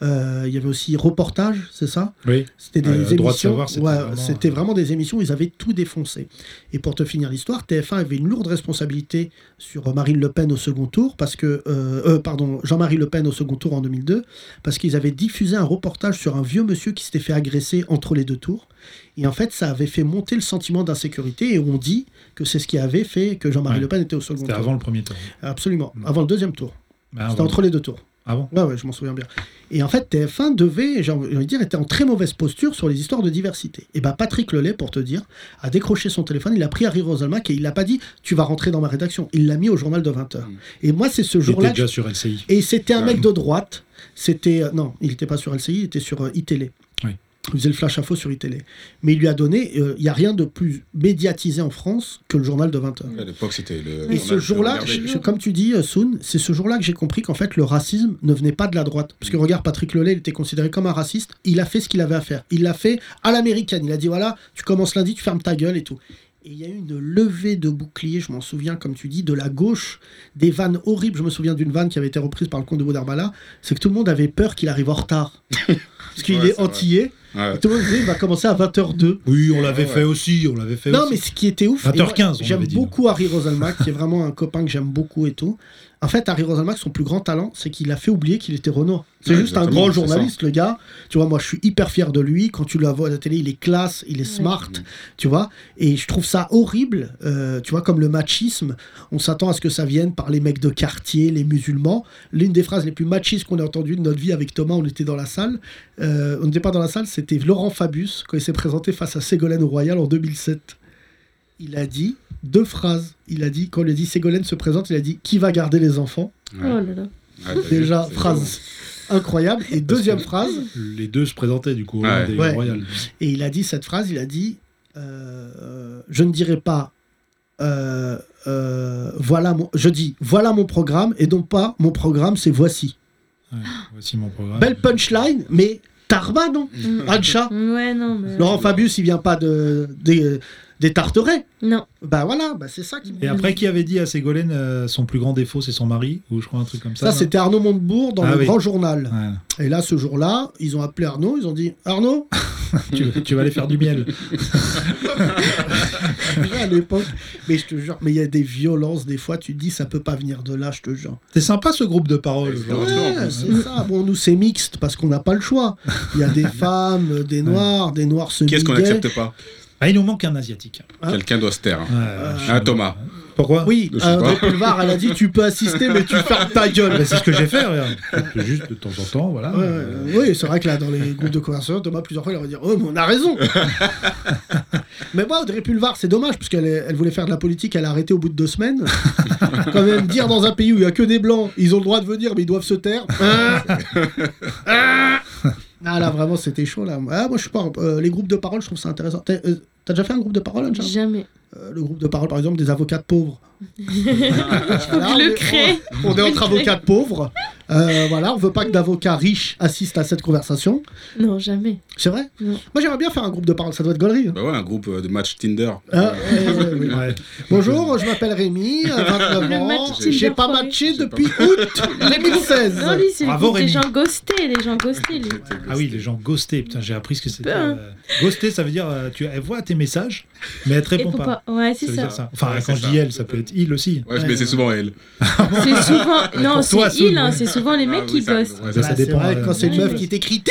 S3: Euh, il y avait aussi Reportage, c'est ça
S4: Oui.
S3: C'était des
S4: Ouais, Le
S3: émissions.
S4: droit de savoir, c'était
S3: ouais,
S4: vraiment,
S3: c'était
S4: euh,
S3: vraiment des émissions où ils avaient tout défoncé. Et pour te finir l'histoire, TF1 avait une lourde responsabilité sur Marine Le Pen au second tour, parce que. euh, euh, pardon, Jean-Marie Le Pen au second tour en 2002, parce qu'ils avaient diffusé un reportage sur un vieux monsieur qui s'était fait agresser entre les deux tours. Et en fait, ça avait fait monter le sentiment d'insécurité. Et on dit que c'est ce qui avait fait que Jean-Marie
S4: Ouais.
S3: Le Pen était au second
S4: C'était
S3: tour.
S4: avant le premier tour.
S3: Absolument.
S4: Mm.
S3: Avant le deuxième tour.
S4: Bah,
S3: C'était
S4: avant.
S3: entre les deux tours.
S4: Avant.
S3: Bah Ouais, ouais, je m'en souviens bien. Et en fait, TF1 devait, j'ai envie j'ai envie de dire, était en très mauvaise posture sur les histoires de diversité. Et ben Patrick Lelay, pour te dire, a décroché son téléphone, il a pris Harry Rosalmack et il l'a pas dit « Tu vas rentrer dans ma rédaction ». Il l'a mis au journal de 20h.
S5: Mm.
S3: Et moi, c'est ce
S4: Il était
S3: jour-là... que
S4: déjà sur LCI.
S3: et c'était un
S5: Ouais.
S3: mec de droite. C'était. euh, non, il n'était pas sur LCI, il était sur euh, iTélé.
S4: Oui.
S3: Il faisait le flash info sur iTélé. E. Mais il lui a donné. euh, Il n'y a rien de plus médiatisé en France que le journal de 20h.
S5: À l'époque, c'était
S3: Et
S5: le. Euh, on a-
S3: ce jour-là,
S5: regardez.
S3: je- je- comme tu dis, euh, Soun, c'est ce jour-là que j'ai compris qu'en fait, le racisme ne venait pas de la droite. Parce que regarde, Patrick Lelay, il était considéré comme un raciste. Il a fait ce qu'il avait à faire. Il l'a fait à l'américaine. Il a dit voilà, tu commences lundi, tu fermes ta gueule et tout. Et il y a eu une levée de bouclier, je m'en souviens, comme tu dis, de la gauche, des vannes horribles. Je me souviens d'une vanne qui avait été reprise par le comte de Baudarbala. C'est que tout le monde avait peur qu'il arrive en retard. Parce qu'il est
S5: Ouais, c'est vrai.
S3: antillais.
S5: Ah Ouais.
S3: Et tout le monde disait il va commencer à 20h02.
S4: Oui, on l'avait
S5: ouais.
S4: fait aussi. On l'avait fait
S3: Non, mais
S4: aussi.
S3: ce qui était ouf.
S4: 20h15,
S3: et moi,
S4: on
S3: J'aime
S4: avait dit,
S3: beaucoup Harry Rosalmack, qui est vraiment un copain que j'aime beaucoup et tout. En fait, Harry Roselmack, son plus grand talent, c'est qu'il a fait oublier qu'il était Renoir. C'est
S5: Ouais,
S3: juste un
S5: exactement,
S3: grand
S5: c'est
S3: journaliste, le gars. Tu vois, moi, je suis hyper fier de lui. Quand tu le vois à la télé, il est classe, il est smart, tu vois. Et je trouve ça horrible, euh, tu vois, comme le machisme. On s'attend à ce que ça vienne par les mecs de quartier, les musulmans. L'une des phrases les plus machistes qu'on ait entendues de notre vie avec Thomas, on était dans la salle. Euh, on n'était pas dans la salle, c'était Laurent Fabius, quand il s'est présenté face à Ségolène Royal en 2007. Il a dit deux phrases. Il a dit, quand il a dit Ségolène se présente, il a dit Qui va garder les enfants
S6: Oh là là.
S5: ah Ouais, t'as vu,
S3: Déjà,
S5: c'est
S3: phrase incroyable. Et deuxième phrase,
S4: Les deux se présentaient du coup.
S5: Ouais.
S4: Hollande et
S3: Ouais.
S4: Royal.
S3: et il a dit cette phrase, il a dit euh, Je ne dirai pas, euh, euh, voilà mon, je dis, voilà mon programme, et non pas, mon programme, c'est voici.
S4: Voici mon programme.
S3: Belle punchline, mais tarba, non
S6: Mm.
S3: Ancha
S6: Ouais, non, mais.
S3: Laurent Fabius, il vient pas de, des- des tarterets.
S6: Non.
S3: Bah voilà, bah c'est ça qui.
S4: Et après, qui avait dit à Ségolène euh, son plus grand défaut, c'est son mari Ou je crois un truc comme
S3: Ça,
S4: ça. là.
S3: c'était Arnaud Montebourg dans
S4: Ah
S3: le
S4: oui.
S3: Grand Journal.
S4: Ouais.
S3: Et là, ce jour-là, ils ont appelé Arnaud, ils ont dit Arnaud,
S4: tu, tu vas aller faire du miel.
S3: à l'époque. Mais je te jure, mais il y a des violences, des fois, tu te dis, ça peut pas venir de là, je te jure.
S4: C'est sympa ce groupe de parole.
S5: Ouais,
S4: genre.
S5: Heureusement, en
S3: Ouais,
S5: plus.
S3: c'est ça. Bon, nous, c'est mixte parce qu'on n'a pas le choix. Il y a des femmes, euh, des noirs, des noirs semi
S5: Qu'est-ce qu'on n'accepte pas
S4: Ah, il nous manque un asiatique.
S3: Hein
S5: Quelqu'un doit se taire.
S4: Ouais, je sais
S5: Hein,
S4: pas.
S5: Thomas
S4: Pourquoi
S3: Oui,
S5: Je sais
S3: euh,
S5: pas.
S3: Audrey Pulvar, elle a dit tu peux assister, mais tu fermes ta
S4: Ah,
S3: gueule.
S4: bah, C'est ce que j'ai fait. regarde. Juste de temps en temps, voilà.
S3: Ouais, ouais, ouais. oui, c'est vrai que là, dans les groupes de conversation, Thomas, plusieurs fois, il va dire Oh, mais on a raison Mais moi, Audrey Pulvar, c'est dommage, parce qu'elle est- elle voulait faire de la politique, elle a arrêté au bout de deux semaines. Quand même, dire dans un pays où il n'y a que des blancs, ils ont le droit de venir, mais ils doivent se taire. Hein Hein ah là, vraiment, c'était chaud là. Ah, moi, je suis pas. euh, les groupes de parole, je trouve ça intéressant. T'as euh, t'as déjà fait un groupe de parole, Anja
S6: Jamais.
S3: Euh, le groupe de parole, par exemple, des avocats de pauvres. Voilà,
S6: le
S3: on est-
S6: crée.
S3: On, on est entre avocats de pauvres. Euh, voilà, on veut pas que d'avocats riches assistent à cette conversation.
S6: Non, jamais.
S3: C'est vrai
S6: Non.
S3: Moi, j'aimerais bien faire un groupe de parole. Ça doit être gaulerie. hein.
S5: Bah ouais, un groupe euh, de match Tinder.
S3: Ah, euh, oui.
S4: Ouais.
S3: Bonjour, je m'appelle Rémi, euh, 29
S6: Le
S3: ans.
S6: match
S3: J'ai
S6: Tinder
S3: pas
S6: foiré.
S3: matché Bah,
S5: C'est
S3: depuis août
S6: Non,
S3: 2016.
S6: lui, c'est
S4: Bravo,
S6: les
S4: Rémi.
S6: gens ghostés, les gens ghostés, lui.
S4: Ah oui, les gens ghostés. Putain, j'ai appris ce que c'était.
S6: Putain.
S4: euh, Ghoster, ça veut dire euh, tu elle voit tes messages, mais elle te
S6: Et
S4: répond pas.
S6: pourquoi Ouais,
S4: Ça
S6: c'est
S4: veut
S6: ça.
S4: dire ça. Enfin,
S5: Ouais,
S4: quand
S5: c'est
S4: je dis
S5: ça.
S4: elle, ça peut être il aussi.
S5: Ouais, mais c'est souvent elle.
S6: C'est souvent. Non,
S4: pour toi,
S6: c'est il,
S4: Soul,
S6: hein,
S4: ouais.
S6: c'est souvent les
S5: Ah
S6: mecs
S5: oui,
S6: qui
S5: ça,
S6: bossent.
S5: ouais,
S4: Ça,
S3: Bah,
S4: ça
S3: c'est
S4: dépend.
S3: vrai que
S4: euh,
S3: quand c'est une
S6: ouais.
S3: meuf qui t'écrit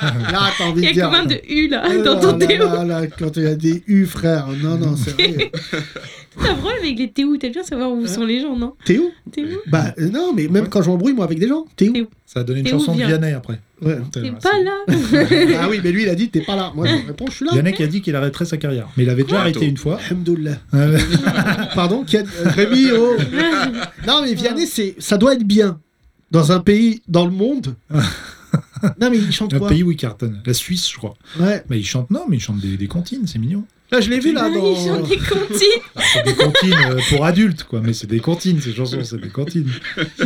S3: Là, t'as envie de
S6: Il y a
S3: dire.
S6: combien de U là
S3: Oh
S6: dans ton
S3: là
S6: Théo
S3: là là, Quand il y a des U, frère. Non, non, c'est vrai.
S6: T'as vrai avec les Théo, t'aimes bien savoir où sont les gens, non
S3: Théo
S6: Théo
S3: Bah euh, non, mais même quand je m'embrouille moi avec des gens, t'es où
S6: T'es
S4: Ça a donné une
S6: Et
S4: chanson
S6: où
S4: de
S6: vient-
S4: Vianney après. Euh,
S3: Ouais.
S6: T'es
S4: Putain,
S6: pas
S4: c'est-
S6: là
S3: Ah oui, mais lui il a dit t'es pas là. Moi je lui réponds, je suis là.
S4: Vianney qui a dit qu'il arrêterait sa carrière. Mais il avait déjà
S5: Quoi,
S4: arrêté
S5: toi
S4: une fois.
S3: Alhamdoulilah.
S4: Ouais.
S3: Pardon, qui a- euh, Rémi, oh.
S6: Ah,
S3: Non mais Vianney, c'est ça doit être bien dans un pays, dans le monde. Non mais il chante
S4: Un
S3: quoi
S4: pays où il cartonne. La Suisse, je crois.
S3: Ouais.
S4: Mais il chante, non, mais il chante des, des comptines, c'est mignon.
S3: Là je l'ai vu là
S6: Ah,
S3: dans.
S6: Ils sont des comptines
S4: C'est des comptines euh, pour adultes, quoi. Mais c'est des comptines, ces chansons, c'est des comptines.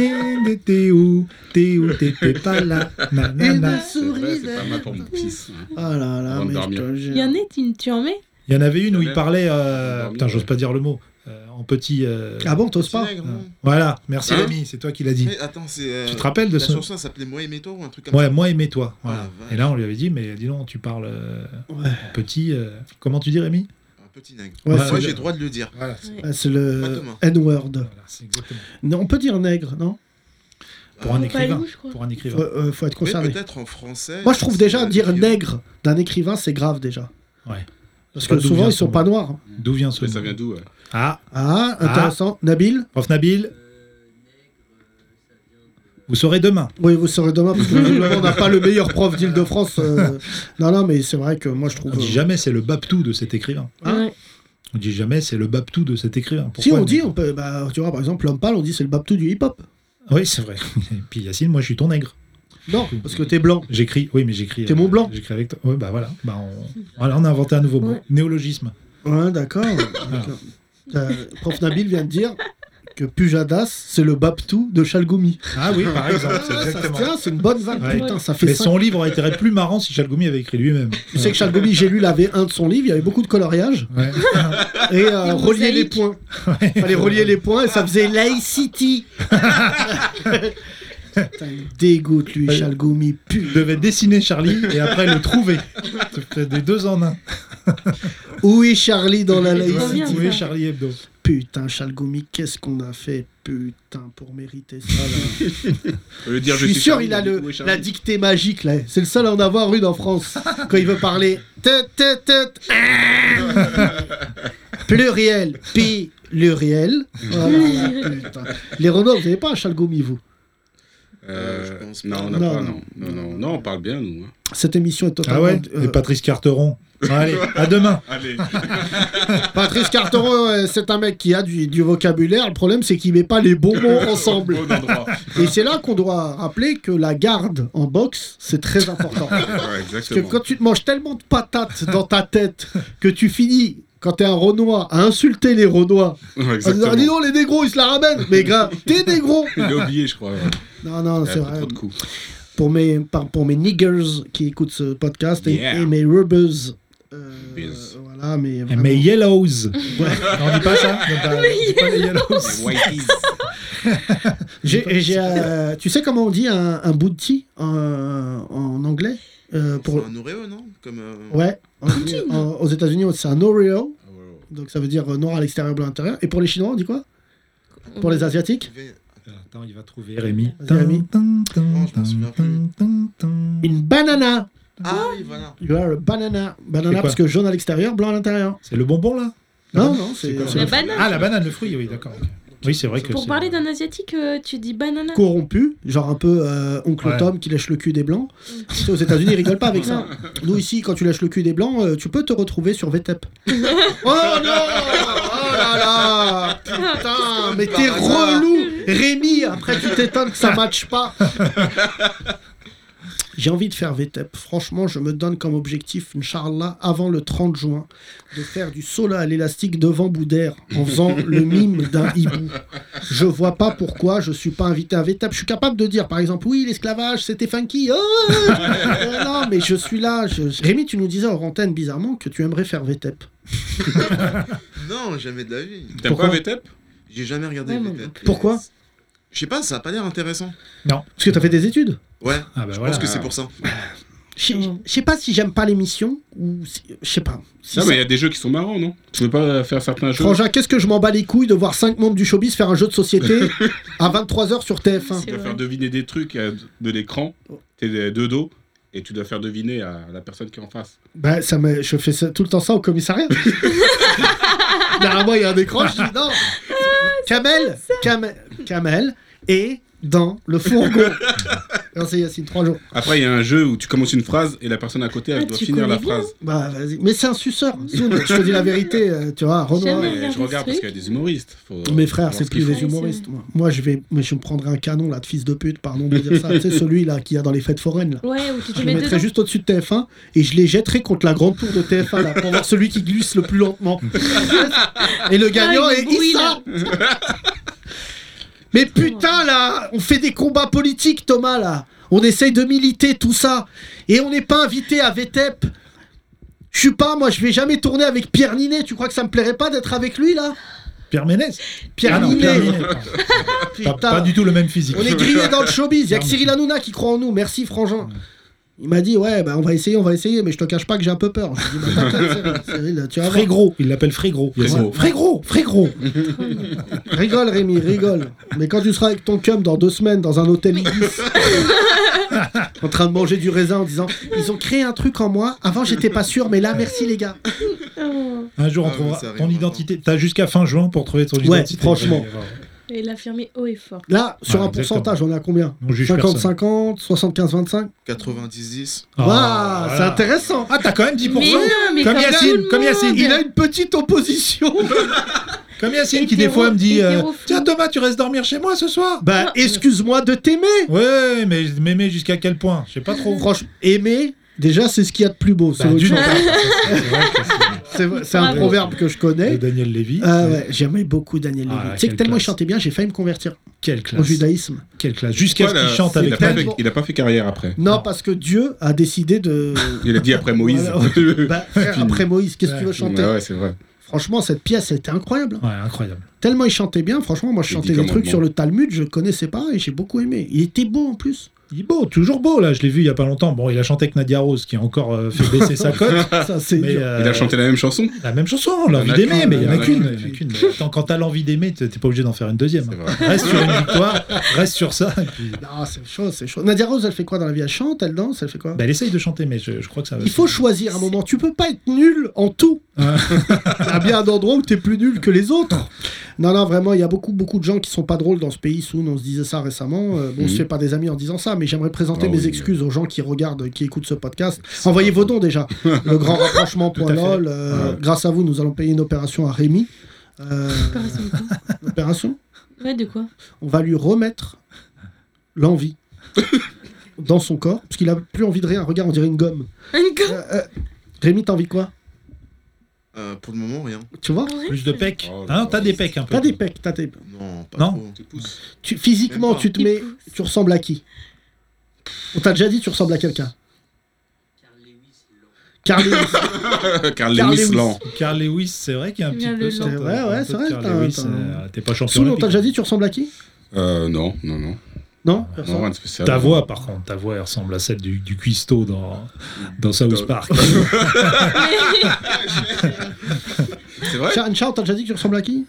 S4: Et T'es où T'es où T'étais pas là
S3: Une
S4: Nanana.
S5: C'est vrai,
S3: souris.
S5: c'est pas mal pour mon fils.
S3: Ah là là,
S5: Avant de
S3: mais je
S5: dormir.
S3: te
S6: Il y en
S3: jure.
S6: a, tu, tu en mets
S4: Il y en avait une où il parlait. euh,
S5: Dormi,
S4: Putain, j'ose
S5: ouais.
S4: pas dire le mot. euh, en petit. euh,
S3: Ah bon, t'oses pas
S7: Nègre,
S4: euh,
S7: non.
S4: Voilà, merci
S5: Hein
S4: l'ami, c'est toi qui l'as dit.
S7: Mais attends, c'est. euh,
S4: Tu te rappelles de
S7: La
S4: ce.
S7: chanson elle s'appelait Moi et Métaux ou un truc comme
S4: Ouais, moi aimais-toi. Voilà.
S7: Ah, la vache.
S4: Et là, on lui avait dit, mais dis donc, tu parles euh,
S3: Ouais.
S4: en petit. euh, Comment tu dis, Rémi
S7: ça. Un petit nègre.
S3: Ouais,
S7: Moi
S4: c'est-
S7: j'ai le droit de le dire.
S4: Voilà,
S3: Ah, C'est
S7: Pas
S3: le
S7: Thomas.
S3: N-word.
S4: voilà, c'est exactement.
S3: Non, on peut dire nègre, non
S4: Pour un
S6: Pas
S4: écrivain.
S6: louche, je crois.
S4: Pour un écrivain.
S3: Faut, euh, faut être
S7: Mais
S3: concerné.
S7: peut-être en français.
S3: Moi, je trouve
S7: c'est
S3: déjà
S7: la
S3: dire
S7: viol-
S3: nègre d'un écrivain, c'est grave déjà.
S4: Ouais.
S3: Parce
S4: Je sais pas
S3: que
S4: d'où
S3: souvent,
S4: vient
S3: ils
S4: ce
S3: sont
S4: mot.
S3: pas noirs. hein.
S4: D'où vient ce
S5: Mais ça
S4: nom
S5: vient d'où ouais
S4: Ah,
S3: Ah, intéressant. Nabil
S4: prof Nabil Vous saurez demain.
S3: Oui, vous saurez demain, parce que visiblement, on n'a pas le meilleur prof d'Île-de-France. euh. Non, non, mais c'est vrai que moi, je trouve. euh,
S4: On dit jamais c'est le baptou de cet écrivain.
S3: Hein
S6: Ouais.
S4: On dit jamais c'est le baptou de cet écrivain.
S3: Si
S4: Pourquoi
S3: on
S4: nous-
S3: dit, on peut, bah, tu vois, par exemple, l'homme pâle, on dit c'est le Babtou du hip-hop.
S4: Oui, c'est vrai. Et puis Yacine, moi je suis ton nègre.
S3: Non, parce que t'es blanc.
S4: J'écris, oui, mais j'écris. euh,
S3: T'es mon blanc.
S4: J'écris avec toi. Oui, bah voilà. Bah, on... voilà, on a inventé un nouveau mot.
S6: Ouais.
S4: Néologisme.
S3: Ouais, d'accord. D'accord. Euh, prof Nabil vient de dire que Pujadas, c'est le Babtou de Chalgoumi.
S4: Ah oui, par exemple.
S3: Ah,
S4: c'est
S3: ça se
S4: exactement.
S3: tient, c'est une bonne vanne.
S4: Ouais.
S3: Putain, ça fait
S4: Mais
S3: ça.
S4: son livre aurait été plus marrant si Chalgoumi avait écrit lui-même.
S3: Tu sais que Charles Gobi, j'ai lu la V1 de son livre, il y avait beaucoup de coloriage.
S4: Ouais.
S3: Et euh,
S6: Et
S3: relier
S6: mosaïque.
S3: les points. Fallait relier les points et ça faisait laïcity. Putain, il me dégoûte lui, Charles Goumi.
S4: Tu devais dessiner Charlie et après le trouver. Tu fais des deux hein. en un.
S3: Où est Charlie dans la
S6: Il
S4: Ouais,
S6: revient,
S3: laïcité
S4: Où est
S6: ça.
S4: Charlie Hebdo
S3: Putain, Chalgoumi, qu'est-ce qu'on a fait, putain, pour mériter ça là.
S5: Au lieu de dire
S3: je suis
S5: suis
S3: sûr,
S5: Charlie,
S3: il a
S5: dit,
S3: le,
S5: Où est hein.
S3: la
S5: Charlie
S3: dictée magique là. C'est le seul à en avoir une en France quand il veut parler. Tut, tut, tut, ah. Pluriel, pi, pluriel. Voilà, là, putain. Les Renault, vous n'avez pas un Chalgoumi, vous
S5: Euh,
S7: Je pense
S5: Non,
S7: pas.
S5: on n'a
S3: Non, non.
S5: pas, non. Non, non, non, on parle bien, nous. hein.
S3: Cette émission est
S4: Ah
S3: totalement.
S4: ouais
S3: euh,
S4: Et Patrice Carteron. Bon, allez, à demain.
S5: Allez.
S3: euh, Patrice Carteron, euh, c'est un mec qui a du, du vocabulaire. Le problème, c'est qu'il met pas les bons mots ensemble.
S5: Bon endroit.
S3: Et c'est là qu'on doit rappeler que la garde en boxe, c'est très important.
S5: Ouais,
S3: Parce que
S5: exactement.
S3: quand tu te manges tellement de patates dans ta tête que tu finis, quand t'es un Renoir, à insulter les Renois,
S5: Ouais,
S3: en disant Dis
S5: exactement.
S3: donc, les négros, ils se la ramènent Mais gars, t'es négro
S5: Il l'a oublié, je crois. ouais.
S3: Non, non,
S5: Il a
S3: c'est
S5: pris
S3: vrai.
S5: trop de coups.
S3: Pour mes, par- pour mes niggers qui écoutent ce podcast et-
S5: Yeah.
S3: et, mes rubbers. euh,
S5: Biz.
S3: voilà, mais.
S4: Et
S3: vraiment.
S4: mes Yellows. On dit pas ça Non, bah, on dit pas les
S6: Oh,
S4: Yellows.
S3: J'ai- j'ai, euh, tu sais comment on dit un, un booty en, en anglais Euh, pour...
S7: C'est un Oreo, non Comme, euh,
S3: Ouais. En- en- aux États-Unis, c'est un Oreo.
S5: Ah, ouais, ouais.
S3: Donc ça veut dire euh, noir à l'extérieur, blanc à l'intérieur. Et pour les Chinois, on dit quoi Pour les Asiatiques
S7: V-
S4: Attends, il va trouver Rémi.
S3: Vas-y, Rémi.
S4: Tin, tin,
S7: Non, je m'en
S4: tin,
S7: souviens
S4: tin,
S7: plus.
S4: tin, tin.
S3: Une banana.
S7: Ah oui, voilà.
S3: You are a banana. Banana
S4: quoi
S3: parce que jaune à l'extérieur, blanc à l'intérieur.
S4: C'est le bonbon là
S3: Non, non, c'est
S5: Ah, quoi,
S3: c'est
S6: La
S5: Ouais.
S6: banane.
S4: Ah, la banane, le fruit, oui, d'accord. ok. Oui, c'est vrai que
S6: Pour
S4: c'est-
S6: parler d'un asiatique, euh, tu dis banana.
S3: corrompu, genre un peu euh, oncle
S4: Ouais.
S3: Tom qui lèche le cul des blancs. Tu sais, aux États-Unis, ils rigolent pas avec ça. Nous ici, quand tu lèches le cul des blancs, euh, tu peux te retrouver sur VTEP. oh non Oh là là Putain, mais t'es relou, Rémi. Après, tu t'étonnes que ça matche pas. J'ai envie de faire VTEP. Franchement, je me donne comme objectif, Inch'Allah, avant le 30 juin, de faire du saut à l'élastique devant Boudère en faisant le mime d'un hibou. Je vois pas pourquoi je suis pas invité à VTEP. Je suis capable de dire, par exemple, oui, l'esclavage, c'était funky. Oh Euh, non, mais je suis là. je- Rémi, tu nous disais en antenne, bizarrement, que tu aimerais faire VTEP.
S7: Non, jamais de la vie.
S5: T'as
S3: Pourquoi
S5: pas VTEP
S7: J'ai jamais regardé
S6: Ouais,
S7: les
S6: moi non
S7: têtes.
S3: Pourquoi
S7: Je sais pas, ça a pas l'air intéressant.
S3: Parce que t'as fait des études.
S7: Ouais,
S4: Ah, bah
S7: je
S4: voilà.
S3: Euh.
S7: pense que c'est pour ça.
S3: Je je sais pas si j'aime pas l'émission ou si- je sais pas. Si
S5: Non,
S3: ça-
S5: mais il y a des jeux qui sont marrants, non Tu veux pas faire certains jeux
S3: Frangin, qu'est-ce que je m'en bats les couilles de voir cinq membres du showbiz faire un jeu de société à 23h sur TF1
S5: Tu
S6: C'est
S5: dois
S6: vrai.
S5: faire deviner des trucs euh, de l'écran. T'es de dos et tu dois faire deviner à la personne qui est en face.
S3: Bah, ça me- je fais ça- tout le temps ça au commissariat. Derrière moi, il y a un écran, je dis non.
S6: Ah,
S3: Kamel, Kamel, Kamel est dans le fourgon. Non, c'est Yacine, trois jours.
S5: Après, il y a un jeu où tu commences une phrase et la personne à côté, elle
S6: Ah,
S5: doit
S6: tu
S5: finir la
S6: connais bien.
S5: phrase.
S3: Bah, vas-y. Mais c'est un suceur. Zoom, je te dis la vérité, euh, tu vois, Renoir.
S6: Jamais. Ouais,
S5: Mais
S6: regarde
S5: je regarde
S6: ce
S5: parce
S6: truc.
S5: qu'il y a des humoristes. Faut
S3: Mes
S5: voir
S3: frères, c'est
S5: ce
S3: plus
S5: qu'ils font.
S3: des
S6: font.
S3: humoristes. Moi. Moi, je vais, mais je me prendrai un canon là de fils de pute, pardon de dire ça. tu sais, celui-là qu'il y a dans les fêtes foraines. Là.
S6: Ouais, ou tu te
S3: Je
S6: mets
S3: le mettrai
S6: dedans.
S3: juste au-dessus de TF1 et je les jetterai contre la grande tour de TF1 là, pour voir celui qui glisse le plus lentement. et le gagnant
S6: Ah, il
S3: est
S6: brûle.
S3: Issa Mais putain là, on fait des combats politiques Thomas là. On essaye de militer tout ça et on n'est pas invité à VTEP. Je suis pas, moi je vais jamais tourner avec Pierre Ninet. Tu crois que ça me plairait pas d'être avec lui là
S4: Pierre Ménès
S3: Pierre
S4: Ah non,
S3: Ninet.
S4: Pierre Ninet, pardon.
S3: Putain.
S4: Pas, pas du tout le même physique.
S3: On est grillé dans le showbiz. Il y a que Cyril Hanouna qui croit en nous. Merci, Frangin. Il m'a dit, ouais, bah, on va essayer, on va essayer, mais je te cache pas que j'ai un peu peur. Je lui ai dit, bah, t'inquiète, Cyril, Cyril, tu vas voir.
S4: Frégro, il l'appelle Frégro.
S5: Frégro.
S4: Ouais.
S3: Frégro, frégro. rigole, Rémi, rigole. Mais quand tu seras avec ton cum dans deux semaines dans un hôtel Ibis, en train de manger du raisin en disant, ils ont créé un truc en moi. Avant, j'étais pas sûr, mais là, merci, les gars.
S6: Oh.
S4: Un jour, on
S7: Ah, mais
S4: trouvera
S7: ça arrive
S4: ton
S7: maintenant.
S4: identité. T'as jusqu'à fin juin pour trouver ton
S3: Ouais,
S4: identité.
S3: franchement.
S6: Et l'affirmer haut et fort.
S3: Là, sur
S4: Ouais,
S3: un pourcentage, on est à combien
S4: On juge personne.
S3: 50-50, 75-25
S7: 90-10.
S4: Ah,
S3: Waouh, c'est
S4: voilà.
S3: intéressant.
S4: Ah, t'as quand même 10%.
S6: Mais non, mais
S4: comme
S6: comme tout
S4: Yacine,
S6: le
S4: comme
S6: monde.
S4: Yacine,
S3: Il a une petite opposition.
S4: comme Yacine qui des
S6: Hétéro-
S4: fois me dit euh,
S6: hétérophile.
S4: Tiens, Thomas, tu restes dormir chez moi ce soir
S3: Bah, excuse-moi de t'aimer.
S4: Ouais, mais m'aimer jusqu'à quel point Je sais pas trop.
S3: Franchement, aimer, déjà, c'est ce qu'il y a de plus beau. C'est
S4: Bah,
S3: autre
S4: d'une
S3: chose.
S4: part, c'est vrai que c'est-
S3: C'est vrai- c'est un
S6: Bravo.
S3: proverbe que je
S4: de
S3: connais.
S4: Daniel Lévy.
S3: Ah ouais, j'aimais beaucoup Daniel
S4: Ah,
S3: Levy.
S4: quelle
S3: tu sais que tellement
S4: classe.
S3: il chantait bien, j'ai failli me convertir
S4: Quelle
S3: au
S4: classe.
S3: judaïsme.
S4: Quelle classe. Jusqu'à ce
S5: Voilà,
S4: qu'il chante
S5: il
S4: avec
S5: a pas
S4: tellement-
S5: fait- Il a pas fait carrière après.
S3: Non,
S4: Non.
S3: parce que Dieu a décidé de.
S5: Il a dit après Moïse.
S3: Voilà. Bah, frère, après Moïse, qu'est-ce que tu veux chanter
S5: Ouais, ouais, c'est vrai.
S3: Franchement, cette pièce, elle était incroyable. hein.
S4: Ouais, incroyable.
S3: Tellement il chantait bien, franchement, moi je
S5: Les
S3: chantais
S5: Dix
S3: des trucs
S5: Commandements.
S3: sur le Talmud, je connaissais pas et j'ai beaucoup aimé. Il était beau en plus.
S4: Il est beau, toujours beau, là. Je l'ai vu il y a pas longtemps. Bon, il a chanté avec Nadia Rose, qui a encore euh, fait baisser sa cote.
S3: Ça, c'est
S4: mais,
S3: dur.
S4: euh,
S5: Il a chanté la même chanson
S4: la même chanson, hein,
S5: Il y
S4: l'envie
S5: en a
S4: d'aimer,
S5: qu'une,
S4: mais il y en a qu'une.
S5: qu'une.
S4: il y en a qu'une. Mais attends, Quand t'as l'envie d'aimer, t'es t'es pas obligé d'en faire une deuxième.
S5: C'est vrai.
S4: Reste sur une victoire, reste sur ça. et puis-
S3: Non, Ah, c'est chaud, c'est chaud. Nadia Rose, elle fait quoi dans la vie Elle chante, elle danse, elle fait quoi
S4: Bah, elle essaye de chanter, mais je, je crois que ça va.
S3: Il faut choisir un moment. Tu peux pas être nul en tout. Il
S4: Ouais.
S3: y a bien un endroit où t'es plus nul que les autres. Non, non, vraiment, il y a beaucoup, beaucoup de gens qui sont pas drôles dans ce pays. Soon, on se disait ça récemment. Euh, bon, on se
S5: Mhm.
S3: fait pas des amis en disant ça, mais j'aimerais présenter
S5: Ah
S3: mes
S5: oui.
S3: excuses aux gens qui regardent, qui écoutent ce podcast. Envoyez vos dons déjà. Le grand rapprochement.lol. euh,
S5: Ouais.
S3: Grâce à vous, nous allons payer une opération à Rémi. Euh,
S6: Comparaison de quoi
S3: une opération.
S6: Ouais, de quoi
S3: On va lui remettre l'envie dans son corps, parce qu'il a plus envie de rien. Regarde, on dirait une gomme.
S6: Une gomme
S3: Euh, euh, Rémi, t'as envie de quoi
S7: Euh, pour le moment, rien.
S3: Tu vois
S4: Plus de pecs.
S5: Oh,
S4: Hein, t'as des pecs un peu.
S3: T'as des pecs, t'as des pecs.
S7: Non, pas
S4: Non.
S7: trop.
S5: Tu pousses.
S3: Tu, physiquement,
S7: Même pas.
S3: tu te
S6: Il
S3: mets.
S6: pousse.
S3: Tu ressembles à qui On t'a déjà dit tu ressembles à quelqu'un Carl Lewis.
S5: Carl
S3: Carl
S5: Lewis
S3: Lewis.
S5: Lan.
S4: Carl Lewis, c'est vrai qu'il y a un
S6: Bien
S4: petit
S6: le
S4: peu ça.
S6: long.
S4: t'as-
S3: Ouais,
S4: un
S3: ouais,
S4: peu
S3: c'est
S4: de
S3: vrai,
S4: Carl
S3: t'as-
S4: Lewis,
S3: t'as-
S4: euh, t'es pas champion.
S3: Soul, on
S4: olympique.
S3: t'a déjà dit tu ressembles à qui
S5: Euh, non, non, non.
S3: Non
S5: Non,
S3: Personne
S5: rien de spécial.
S4: Ta voix, par contre, ta voix elle ressemble à celle du, du cuistot dans, dans South
S5: Dans-
S4: Park.
S5: C'est vrai
S3: Sharon Shaw, on t'a déjà dit que tu ressembles à qui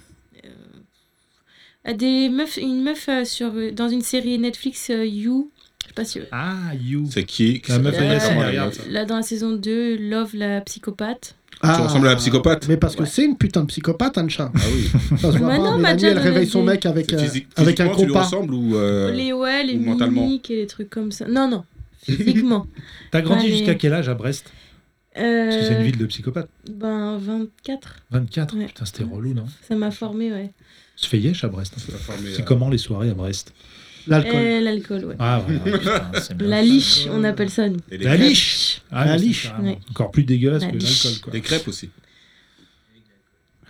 S6: À des meufs, une meuf euh, sur, euh, dans une série Netflix euh, You, je sais pas si.
S4: ah, you.
S5: C'est qui qui
S4: La meuf
S5: s'appelle
S6: est
S5: comment,
S6: derrière.
S5: la meuf
S6: Là, dans la saison 2, Love, la psychopathe.
S3: Ah,
S5: ressembles à la psychopathe
S3: Mais parce que c'est une putain de psychopathe, Anne Shaw.
S5: Ah oui.
S3: Ça se voit
S6: Mais
S3: pas,
S6: non,
S3: mais la nuit,
S6: Madja
S3: elle
S6: dans la
S3: réveille son
S6: vie.
S3: mec avec,
S5: C'est
S3: euh,
S5: physique-
S3: avec un
S5: physiquement, Tu lui
S3: compas.
S5: ressembles ou. euh,
S6: les ouais, les
S5: ou mentalement.
S6: mimiques et les trucs comme ça. Non, non, physiquement.
S4: T'as grandi
S6: Allez.
S4: jusqu'à quel âge à Brest Parce que c'est une
S6: Euh,
S4: ville de psychopathes.
S6: Ben, 24.
S4: 24
S6: ouais.
S4: Putain, c'était relou, non
S6: Ça m'a formé, ouais.
S4: Se fait yesh à Brest.
S5: tu vas former,
S4: C'est
S5: euh,
S4: comment les soirées à Brest
S3: L'alcool.
S6: Euh, L'alcool, ouais.
S4: Ah, ouais, ouais, putain, c'est bien.
S6: La liche, on appelle ça. nous.
S5: et les
S4: La
S5: euh, crêpes.
S4: liche Ah,
S3: La
S4: mais c'est
S3: liche.
S4: carrément
S6: Ouais.
S4: Encore plus dégueulasse
S6: La
S4: que
S6: liche.
S4: l'alcool, quoi.
S5: Des crêpes aussi.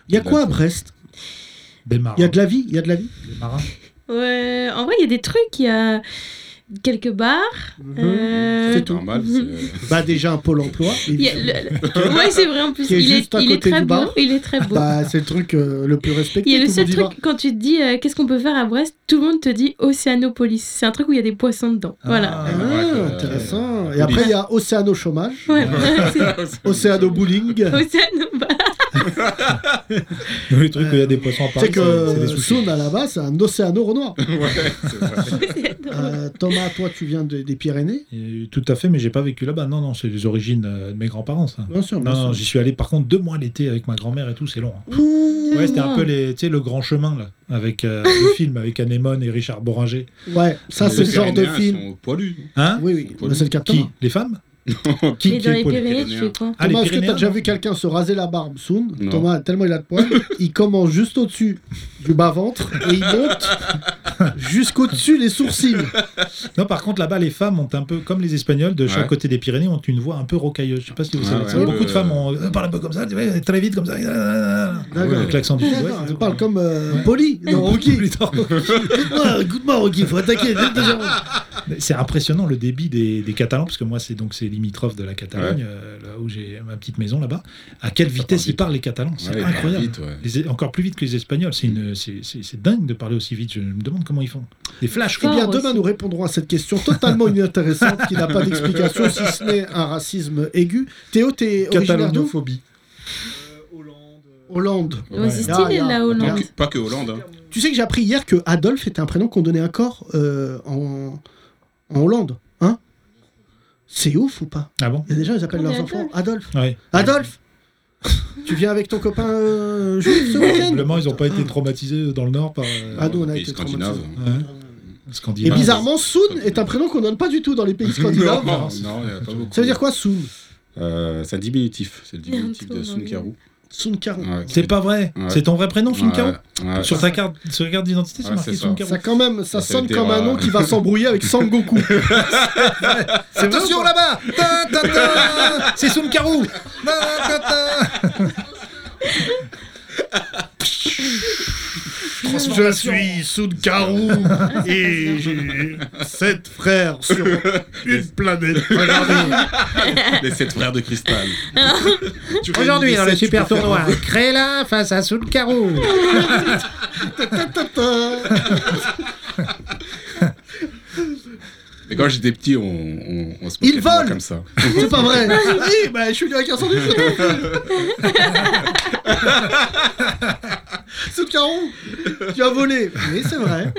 S3: Il y a quoi à Brest
S4: Des
S3: Il y a
S4: marins.
S3: de la vie, il y a de la vie.
S4: Des marins.
S6: Ouais, en vrai, il y a des trucs, il y a quelques bars. euh,
S3: Mmh. C'est tout.
S5: Normal. c'est, euh,
S3: Bah déjà un pôle emploi.
S6: il y a le- le- Ouais, c'est vrai, en plus.
S3: Qui est
S6: il, est,
S3: juste à
S6: il est
S3: côté
S6: très
S3: du
S6: beau.
S3: bar.
S6: Il est très beau.
S3: Bah c'est le truc euh, le plus respecté.
S6: Il y a le
S3: tout
S6: seul
S3: monde y va.
S6: truc, quand tu te dis euh, qu'est-ce qu'on peut faire à Brest, tout le monde te dit Océanopolis. C'est un truc où il y a des poissons dedans. Voilà.
S4: Ah,
S3: Ah,
S5: ouais, que-
S3: intéressant.
S4: euh,
S3: Et après, il y a Océano Chômage,
S6: Ouais, c'est
S3: Océano Bowling.
S6: Océano bah, bar.
S4: Les trucs où il y a des poissons à
S3: Tu
S4: Paris,
S3: sais
S4: c'est c'est
S3: que
S4: des sushis.
S3: Saône, à la base, c'est un océano renoir.
S5: ouais, c'est vrai.
S4: Ah,
S3: Euh, Thomas, toi, tu viens de- des Pyrénées
S4: Et Tout à fait, mais j'ai pas vécu là-bas. Non, non, c'est les origines euh, de mes grands-parents, ça.
S3: Bien sûr,
S4: Non, non, j'y suis allé par contre deux mois l'été avec ma grand-mère et tout, c'est long. hein. Ouais, c'était
S3: Mm.
S4: un peu les, tu sais, le grand chemin là, avec euh, le film avec Anémone et Richard Boringer.
S3: Ouais, ça,
S5: Mais
S3: c'est
S5: les
S3: le genre de
S5: Pyrénéens,
S3: film.
S5: ils sont poilus.
S4: Hein
S3: Oui, oui,
S5: Paul-
S3: mais c'est le cas de
S4: Qui
S3: Thomas.
S4: Les femmes Qui
S6: Mais
S4: qui
S6: dans
S4: est poilu
S6: les Pyrénées, tu
S5: Pyrénéens.
S6: fais quoi
S4: Ah, les
S3: Thomas, est-ce que
S4: Pyrénées.
S3: t'as déjà vu quelqu'un se raser la barbe Soon
S5: Non.
S3: Thomas, tellement il a de poils, il commence juste au-dessus du bas-ventre et il monte jusqu'au-dessus des sourcils.
S4: Non, par contre là-bas, les femmes ont un peu, comme les Espagnols, de chaque
S5: Ouais.
S4: côté des Pyrénées, ont une voix un peu rocailleuse. Je sais pas si vous
S5: Ouais,
S4: savez.
S5: ouais,
S4: ça.
S5: un
S4: Beaucoup
S5: peu,
S4: de femmes
S5: euh,
S4: ont, euh, parlent un peu comme ça, tu vois, très vite comme ça,
S3: D'accord.
S4: avec l'accent du
S3: D'accord,
S4: sud-ouest.
S3: il parle comme euh,
S4: Ouais.
S3: Poli dans Rocky.
S4: Plutôt.
S3: Écoute-moi, écoute-moi, Rocky, faut attaquer. dès le deuxième round.
S4: Mais C'est impressionnant le débit des, des Catalans, parce que moi, c'est donc c'est limitrophe de la Catalogne, euh, là où j'ai ma petite maison là-bas. À quelle vitesse
S5: vite.
S4: ils parlent les Catalans C'est
S5: Ouais, ils parlent
S4: incroyable.
S5: vite, ouais.
S4: Les- e, encore plus vite que les Espagnols. C'est une- c'est- c'est- c'est dingue de parler aussi vite. Je me demande comment ils font. Des flashs.
S3: Eh
S4: quoi.
S3: bien,
S6: Fort
S3: demain,
S6: aussi.
S3: nous répondrons à cette question totalement inintéressante qui n'a pas d'explication si ce n'est un racisme aigu. Théo, t'es originaire d'où
S4: Catalanophobie.
S3: Hollande.
S6: Oh, C'est stylé
S3: Ah, ah,
S6: la Hollande.
S5: Tant que- Pas que Hollande. hein.
S3: Tu sais que j'ai appris hier que Adolphe était un prénom qu'on donnait encore euh, en... en Hollande. Hein C'est ouf ou pas
S4: Ah bon
S3: Il y a des gens, ils appellent
S6: On dit
S3: leurs enfants Adolphe.
S4: Ouais.
S3: Adolphe Tu viens avec ton copain euh, Jules ce week-end
S4: Probablement, ils n'ont pas été traumatisés dans le Nord par. euh,
S3: Ah, nous, on a
S5: Pays
S3: été
S5: scandinave. hein.
S3: traumatisés. Ah.
S4: ouais,
S3: Et
S4: Scandinave.
S3: bizarrement, Soon est un prénom qu'on donne pas du tout dans les pays scandinaves.
S5: Non, non, il y a pas beaucoup.
S3: Ça veut dire quoi, Soon
S5: Euh, C'est un diminutif. C'est le diminutif
S6: Bientôt,
S5: de
S6: non,
S5: Sun Karu.
S3: Soon Caro.
S5: Ouais.
S4: C'est pas vrai.
S5: Ouais.
S4: C'est ton vrai prénom,
S5: Ouais,
S4: Sunkaro
S5: ouais.
S4: Sur ta carte, sur la carte d'identité, c'est
S5: Ouais,
S4: marqué
S5: c'est ça.
S4: Sunkaro.
S3: Ça quand même, ça,
S5: Ça
S3: sonne
S5: veut dire,
S3: comme un nom
S5: euh,
S3: qui va s'embrouiller avec Sangoku.
S4: Attention là-bas Ta, ta, ta C'est Sunkaro Ta, ta,
S3: Je suis Soudkarou et j'ai sept frères sur une planète.
S5: Les sept frères de cristal. Tu réunis
S4: Aujourd'hui
S5: les
S4: dans le
S5: sept, tu
S4: super
S5: peux faire
S4: tournoi, Créla face à Sunkaro.
S5: un. Mais Quand j'étais petit, on, on, on se
S3: Ils
S5: moquait de moi
S3: volent
S5: comme ça.
S3: C'est pas vrai Oui, bah je suis le hacker sans doute, je suis un fou. Sous Caron, tu as volé Oui, c'est vrai.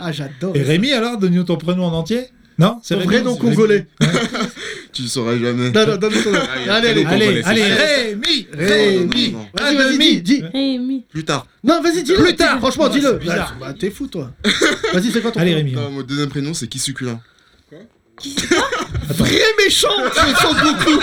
S3: Ah, j'adore.
S4: Et Rémi, alors, donne-nous ton prénom en entier Non C'est
S3: Ton
S4: Rémi
S3: vrai nom
S4: C'est
S3: congolais.
S7: Tu le sauras jamais.
S3: Non, non, donne-nous ton nom. Allez, allez.
S4: Allez,
S5: Allez, Congolais,
S4: allez,
S5: c'est
S4: Rémi
S7: Non, non, non,
S4: Rémi
S7: non.
S3: Vas-y, vas-y, dis, dis.
S6: Rémi.
S7: Plus tard.
S3: Non, vas-y, dis-le.
S4: Plus tard.
S3: Franchement,
S4: Ouais,
S3: dis-le.
S4: c'est bizarre.
S3: Bah, t'es fou, toi. Vas-y, c'est quoi ton
S4: Allez,
S3: prénom
S4: Rémi.
S7: Non, mon deuxième prénom, c'est Kisucula.
S3: Vrai méchant Tu es sans beaucoup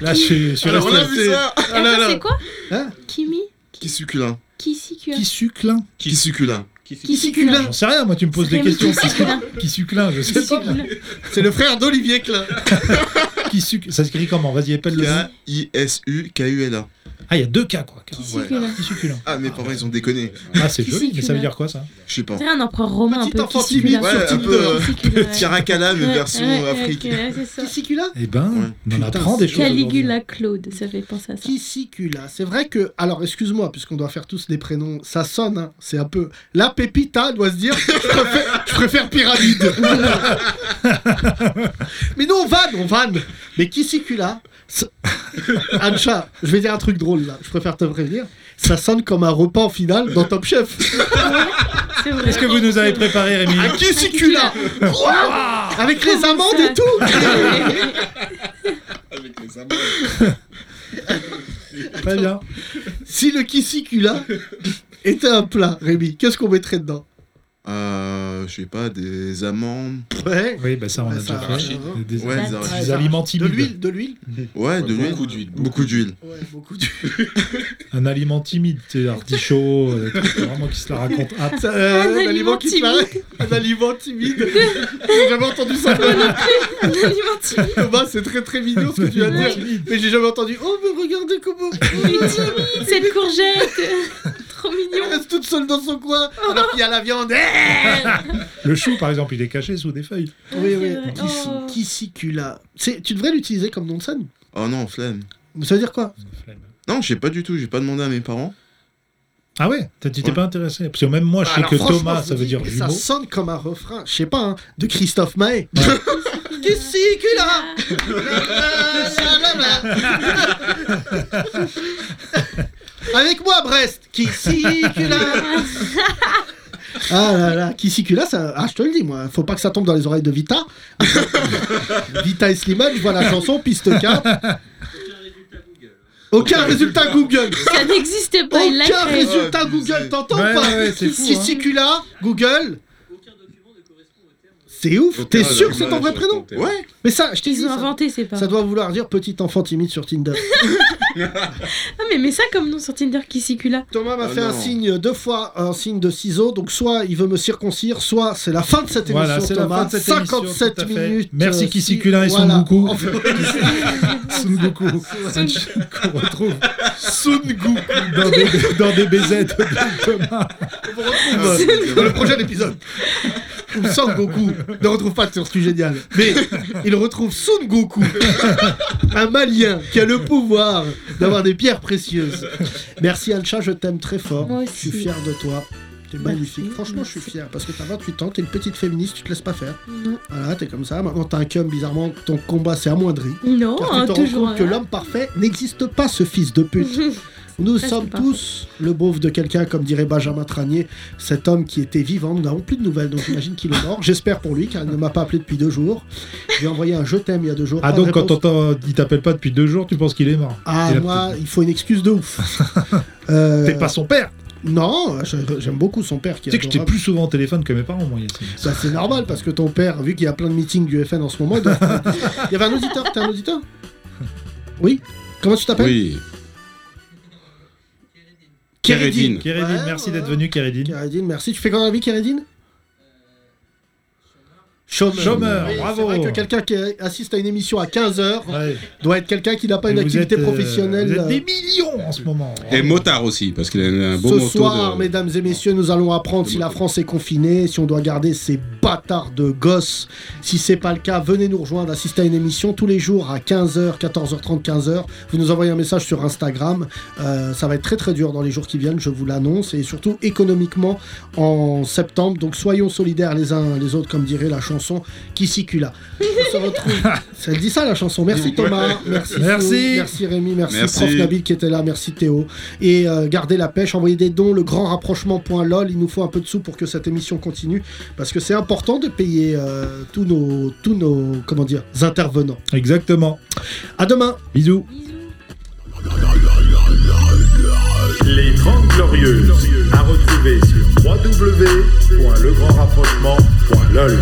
S4: Là, je suis- je suis
S7: Alors, on a
S4: resté.
S7: vu ça
S3: Ah là
S6: Attends,
S3: là.
S6: c'est quoi
S3: Hein
S6: Kimi
S7: Kisucula.
S6: Kissikua
S4: Qui suclin
S5: Qui-
S7: Kisucula.
S6: Kissikula
S4: J'en sais rien, moi, tu me poses des
S6: Rémi
S4: questions.
S6: Kissikula.
S4: Qui suclin Je sais pas.
S6: Kissikula.
S3: C'est le frère d'Olivier Klein.
S4: Qui suc- Ça s'écrit comment Vas-y, appelle le nom.
S7: K-I-S-U-K-U-L-A.
S4: Ah, il y a deux cas, quoi.
S6: Kissikula.
S4: Qui succulent.
S7: Ah, mes parents, ils ont déconné.
S4: Ah, c'est joli, mais ça veut
S6: Kissikula.
S4: dire quoi, ça
S7: Je sais pas.
S6: C'est un empereur romain un
S3: Petit
S6: peu
S3: enfant
S6: Kissikula.
S3: timide,
S7: Ouais,
S3: sur
S7: un
S3: Tinder.
S7: peu euh,
S6: Kissikula, ouais.
S7: Caracalla, mais
S6: Ouais,
S7: version
S6: ouais,
S7: Afrique.
S6: ouais, ouais, c'est ça.
S3: Kissicula
S4: Eh ben,
S7: Ouais.
S4: on
S3: Putain,
S4: apprend des choses.
S6: Caligula Claude, ça fait penser à ça.
S3: Kissicula. C'est vrai que. Alors, excuse-moi, puisqu'on doit faire tous les prénoms, ça sonne, hein, c'est un peu. La pépita doit se dire je préfère, je préfère pyramide. Mais nous, on vanne, on vanne. Mais Kissicula. c'est- Ancha, je vais dire un truc drôle là, je préfère te prévenir. Ça sonne comme un repas en finale dans Top Chef.
S6: C'est vrai.
S4: Qu'est-ce que vous nous avez préparé, Rémi
S3: Un Kissicula Quoi Avec les amandes et tout
S5: Avec les amours.
S4: Très bien.
S3: Si le Kissicula était un plat, Rémi, qu'est-ce qu'on mettrait dedans
S7: Euh, je sais pas, des amandes.
S3: Ouais.
S4: Oui, bah ça, on
S3: Ouais,
S4: a
S3: ça,
S4: déjà fait.
S3: ouais.
S4: Des,
S7: Ouais,
S6: des
S4: des
S6: arachides.
S4: aliments
S3: De
S4: timides.
S3: l'huile, de l'huile.
S7: Ouais, de l'huile.
S5: Beaucoup d'huile.
S7: Beaucoup d'huile.
S3: Ouais, beaucoup de...
S4: Un aliment timide, tu sais, artichaut, euh, des trucs vraiment qui se la raconte. Ah,
S3: Ça, euh,
S6: Un aliment
S3: qui
S6: timide.
S3: paraît- Un aliment timide. j'ai jamais entendu ça.
S6: Un aliment timide.
S3: Thomas, c'est très très mignon ce que tu viens de
S6: Ouais.
S3: dire. Mais j'ai jamais entendu. Oh, mais regardez comment.
S6: Il est timide, cette courgette. Trop
S3: Elle
S6: mignon.
S3: reste toute seule dans son coin alors qu'il y a la viande.
S6: Ah,
S3: Eh
S4: le chou, par exemple, il est caché sous des feuilles.
S3: oui, oui.
S6: c'est vrai.
S3: Kiss-
S6: Oh.
S3: Kissicula. C'est- Tu devrais l'utiliser comme nom de scène.
S7: Oh non, flemme.
S3: Ça veut dire quoi
S7: Non, je sais pas du tout. J'ai pas demandé à mes parents.
S4: Ah ouais T'as- Tu t'es
S7: Ouais.
S4: pas intéressé Parce que même moi, je sais
S3: Alors,
S4: que
S3: franchement,
S4: Thomas,
S3: je
S4: ça
S3: vous
S4: veut
S3: dis,
S4: dire
S3: Ça
S4: jumeau.
S3: sonne comme un refrain, je sais pas, hein, de Christophe Maé. Kissicula Avec moi, Brest Kissicula Ah là là, Kissicula, ça... ah, je te le dis, moi, faut pas que ça tombe dans les oreilles de Vita. Vita et Slimane, je vois la chanson, piste 4. Aucun résultat Google.
S6: Ça n'existe pas, il l'a
S3: Aucun
S6: créé.
S3: résultat
S7: Ouais,
S3: Google,
S7: c'est-
S3: t'entends
S4: Ouais,
S3: ou pas
S4: ouais, ouais, c'est fou, hein.
S3: Kissicula, Google. C'est ouf, t'es sûr que c'est ton vrai prénom
S7: Ouais.
S3: Mais ça, je t'ai dit,
S6: Ils ont
S3: ça,
S6: inventé, c'est pas.
S3: ça doit vouloir dire petit enfant timide sur Tinder.
S6: Ah, mais mets ça comme nom sur Tinder, Kissikula.
S3: Thomas m'a
S7: Ah
S3: fait un
S7: non.
S3: signe deux fois, un signe de ciseau, donc soit il veut me circoncire, soit c'est la fin de cette émission,
S4: Voilà, c'est la
S3: Thomas.
S4: fin de cette émission,
S3: 57
S4: tout à fait.
S3: minutes.
S4: Merci,
S3: euh,
S4: Kissicula et
S3: si-
S4: son
S3: voilà.
S4: Goku.
S3: Enfin,
S4: Sun Goku. Qu'on retrouve Sun Goku dans des, dans des BZ de Thomas.
S3: dans le prochain épisode. Où Son Goku ne retrouve pas sur ce génial, mais il retrouve Son Goku, un Malien qui a le pouvoir d'avoir des pierres précieuses. Merci Alcha, je t'aime très fort.
S6: Moi
S3: Je suis
S6: aussi.
S3: fier de toi. T'es
S6: Merci,
S3: magnifique. Franchement, je suis
S6: merci.
S3: fier parce que t'as 28 ans, t'es une petite féministe, tu te laisses pas faire.
S6: Non,
S3: Voilà, t'es comme ça. Maintenant, t'as un cum, bizarrement, ton combat s'est amoindri.
S6: non
S3: Car tu
S6: hein,
S3: te rends
S6: toujours.
S3: compte que l'homme parfait n'existe pas, ce fils de pute. Nous
S6: Presque
S3: sommes
S6: pas.
S3: tous le beauf de quelqu'un, comme dirait Benjamin Tranier, cet homme qui était vivant. Nous n'avons plus de nouvelles, donc j'imagine qu'il est mort. J'espère pour lui, car il ne m'a pas appelé depuis deux jours. J'ai envoyé un je t'aime il y a deux jours.
S4: Ah
S3: Pas de
S4: donc quand
S3: réponse.
S4: on t'en- il t'appelle pas depuis deux jours, tu penses qu'il est mort
S3: Ah,
S4: Il a
S3: moi, il faut une excuse de ouf. Euh,
S4: T'es pas son père
S3: Non, je- j'aime beaucoup son père qui
S4: Tu
S3: est
S4: sais que j'étais
S3: adorable.
S4: plus souvent au téléphone que mes parents, moi, Yacine.
S3: Bah, c'est normal parce que ton père, vu qu'il y a plein de meetings du FN en ce moment, il doit- il y avait un auditeur, t'es un auditeur Oui Comment tu t'appelles
S5: Oui. Kérédine.
S4: Kérédine,
S3: Ouais,
S4: merci
S3: ouais.
S4: d'être venu, Kérédine.
S3: Kérédine, merci. Tu fais quoi dans la vie, Kérédine Chômeur.
S4: Chômeur,
S3: Oui,
S4: bravo.
S3: C'est vrai que quelqu'un qui assiste à une émission à 15h
S4: Ouais.
S3: doit être quelqu'un qui n'a pas une
S4: Et vous
S3: activité
S4: êtes, euh,
S3: professionnelle.
S4: vous êtes des millions en ce moment.
S5: Et motard aussi, parce qu'il a un beau
S3: Ce
S5: manteau
S3: soir,
S5: de...
S3: mesdames et messieurs, nous allons apprendre
S5: de
S3: si la
S5: moto.
S3: France est confinée, si on doit garder ces bâtards de gosses. Si c'est pas le cas, venez nous rejoindre, assister à une émission tous les jours à 15h, 14h30, 15h. Vous nous envoyez un message sur Instagram. Euh, ça va être très très dur dans les jours qui viennent, je vous l'annonce, et surtout économiquement en septembre. Donc soyons solidaires les uns les autres, comme dirait la chanson chanson qui s'y là. On se retrouve. Ça dit ça la chanson. Merci Thomas, merci Sou,
S4: Merci.
S3: merci Rémi, merci,
S5: Merci.
S3: Prof Nabil qui était là, merci Théo. Et euh, gardez la pêche, envoyez des dons, le grand rapprochement.lol. Il nous faut un peu de sous pour que cette émission continue parce que c'est important de payer euh, tous nos tous nos comment dire intervenants.
S4: Exactement.
S3: À demain.
S4: Bisous.
S8: Les 30 Glorieuses, à retrouver sur www.legrandrapprochement.lol.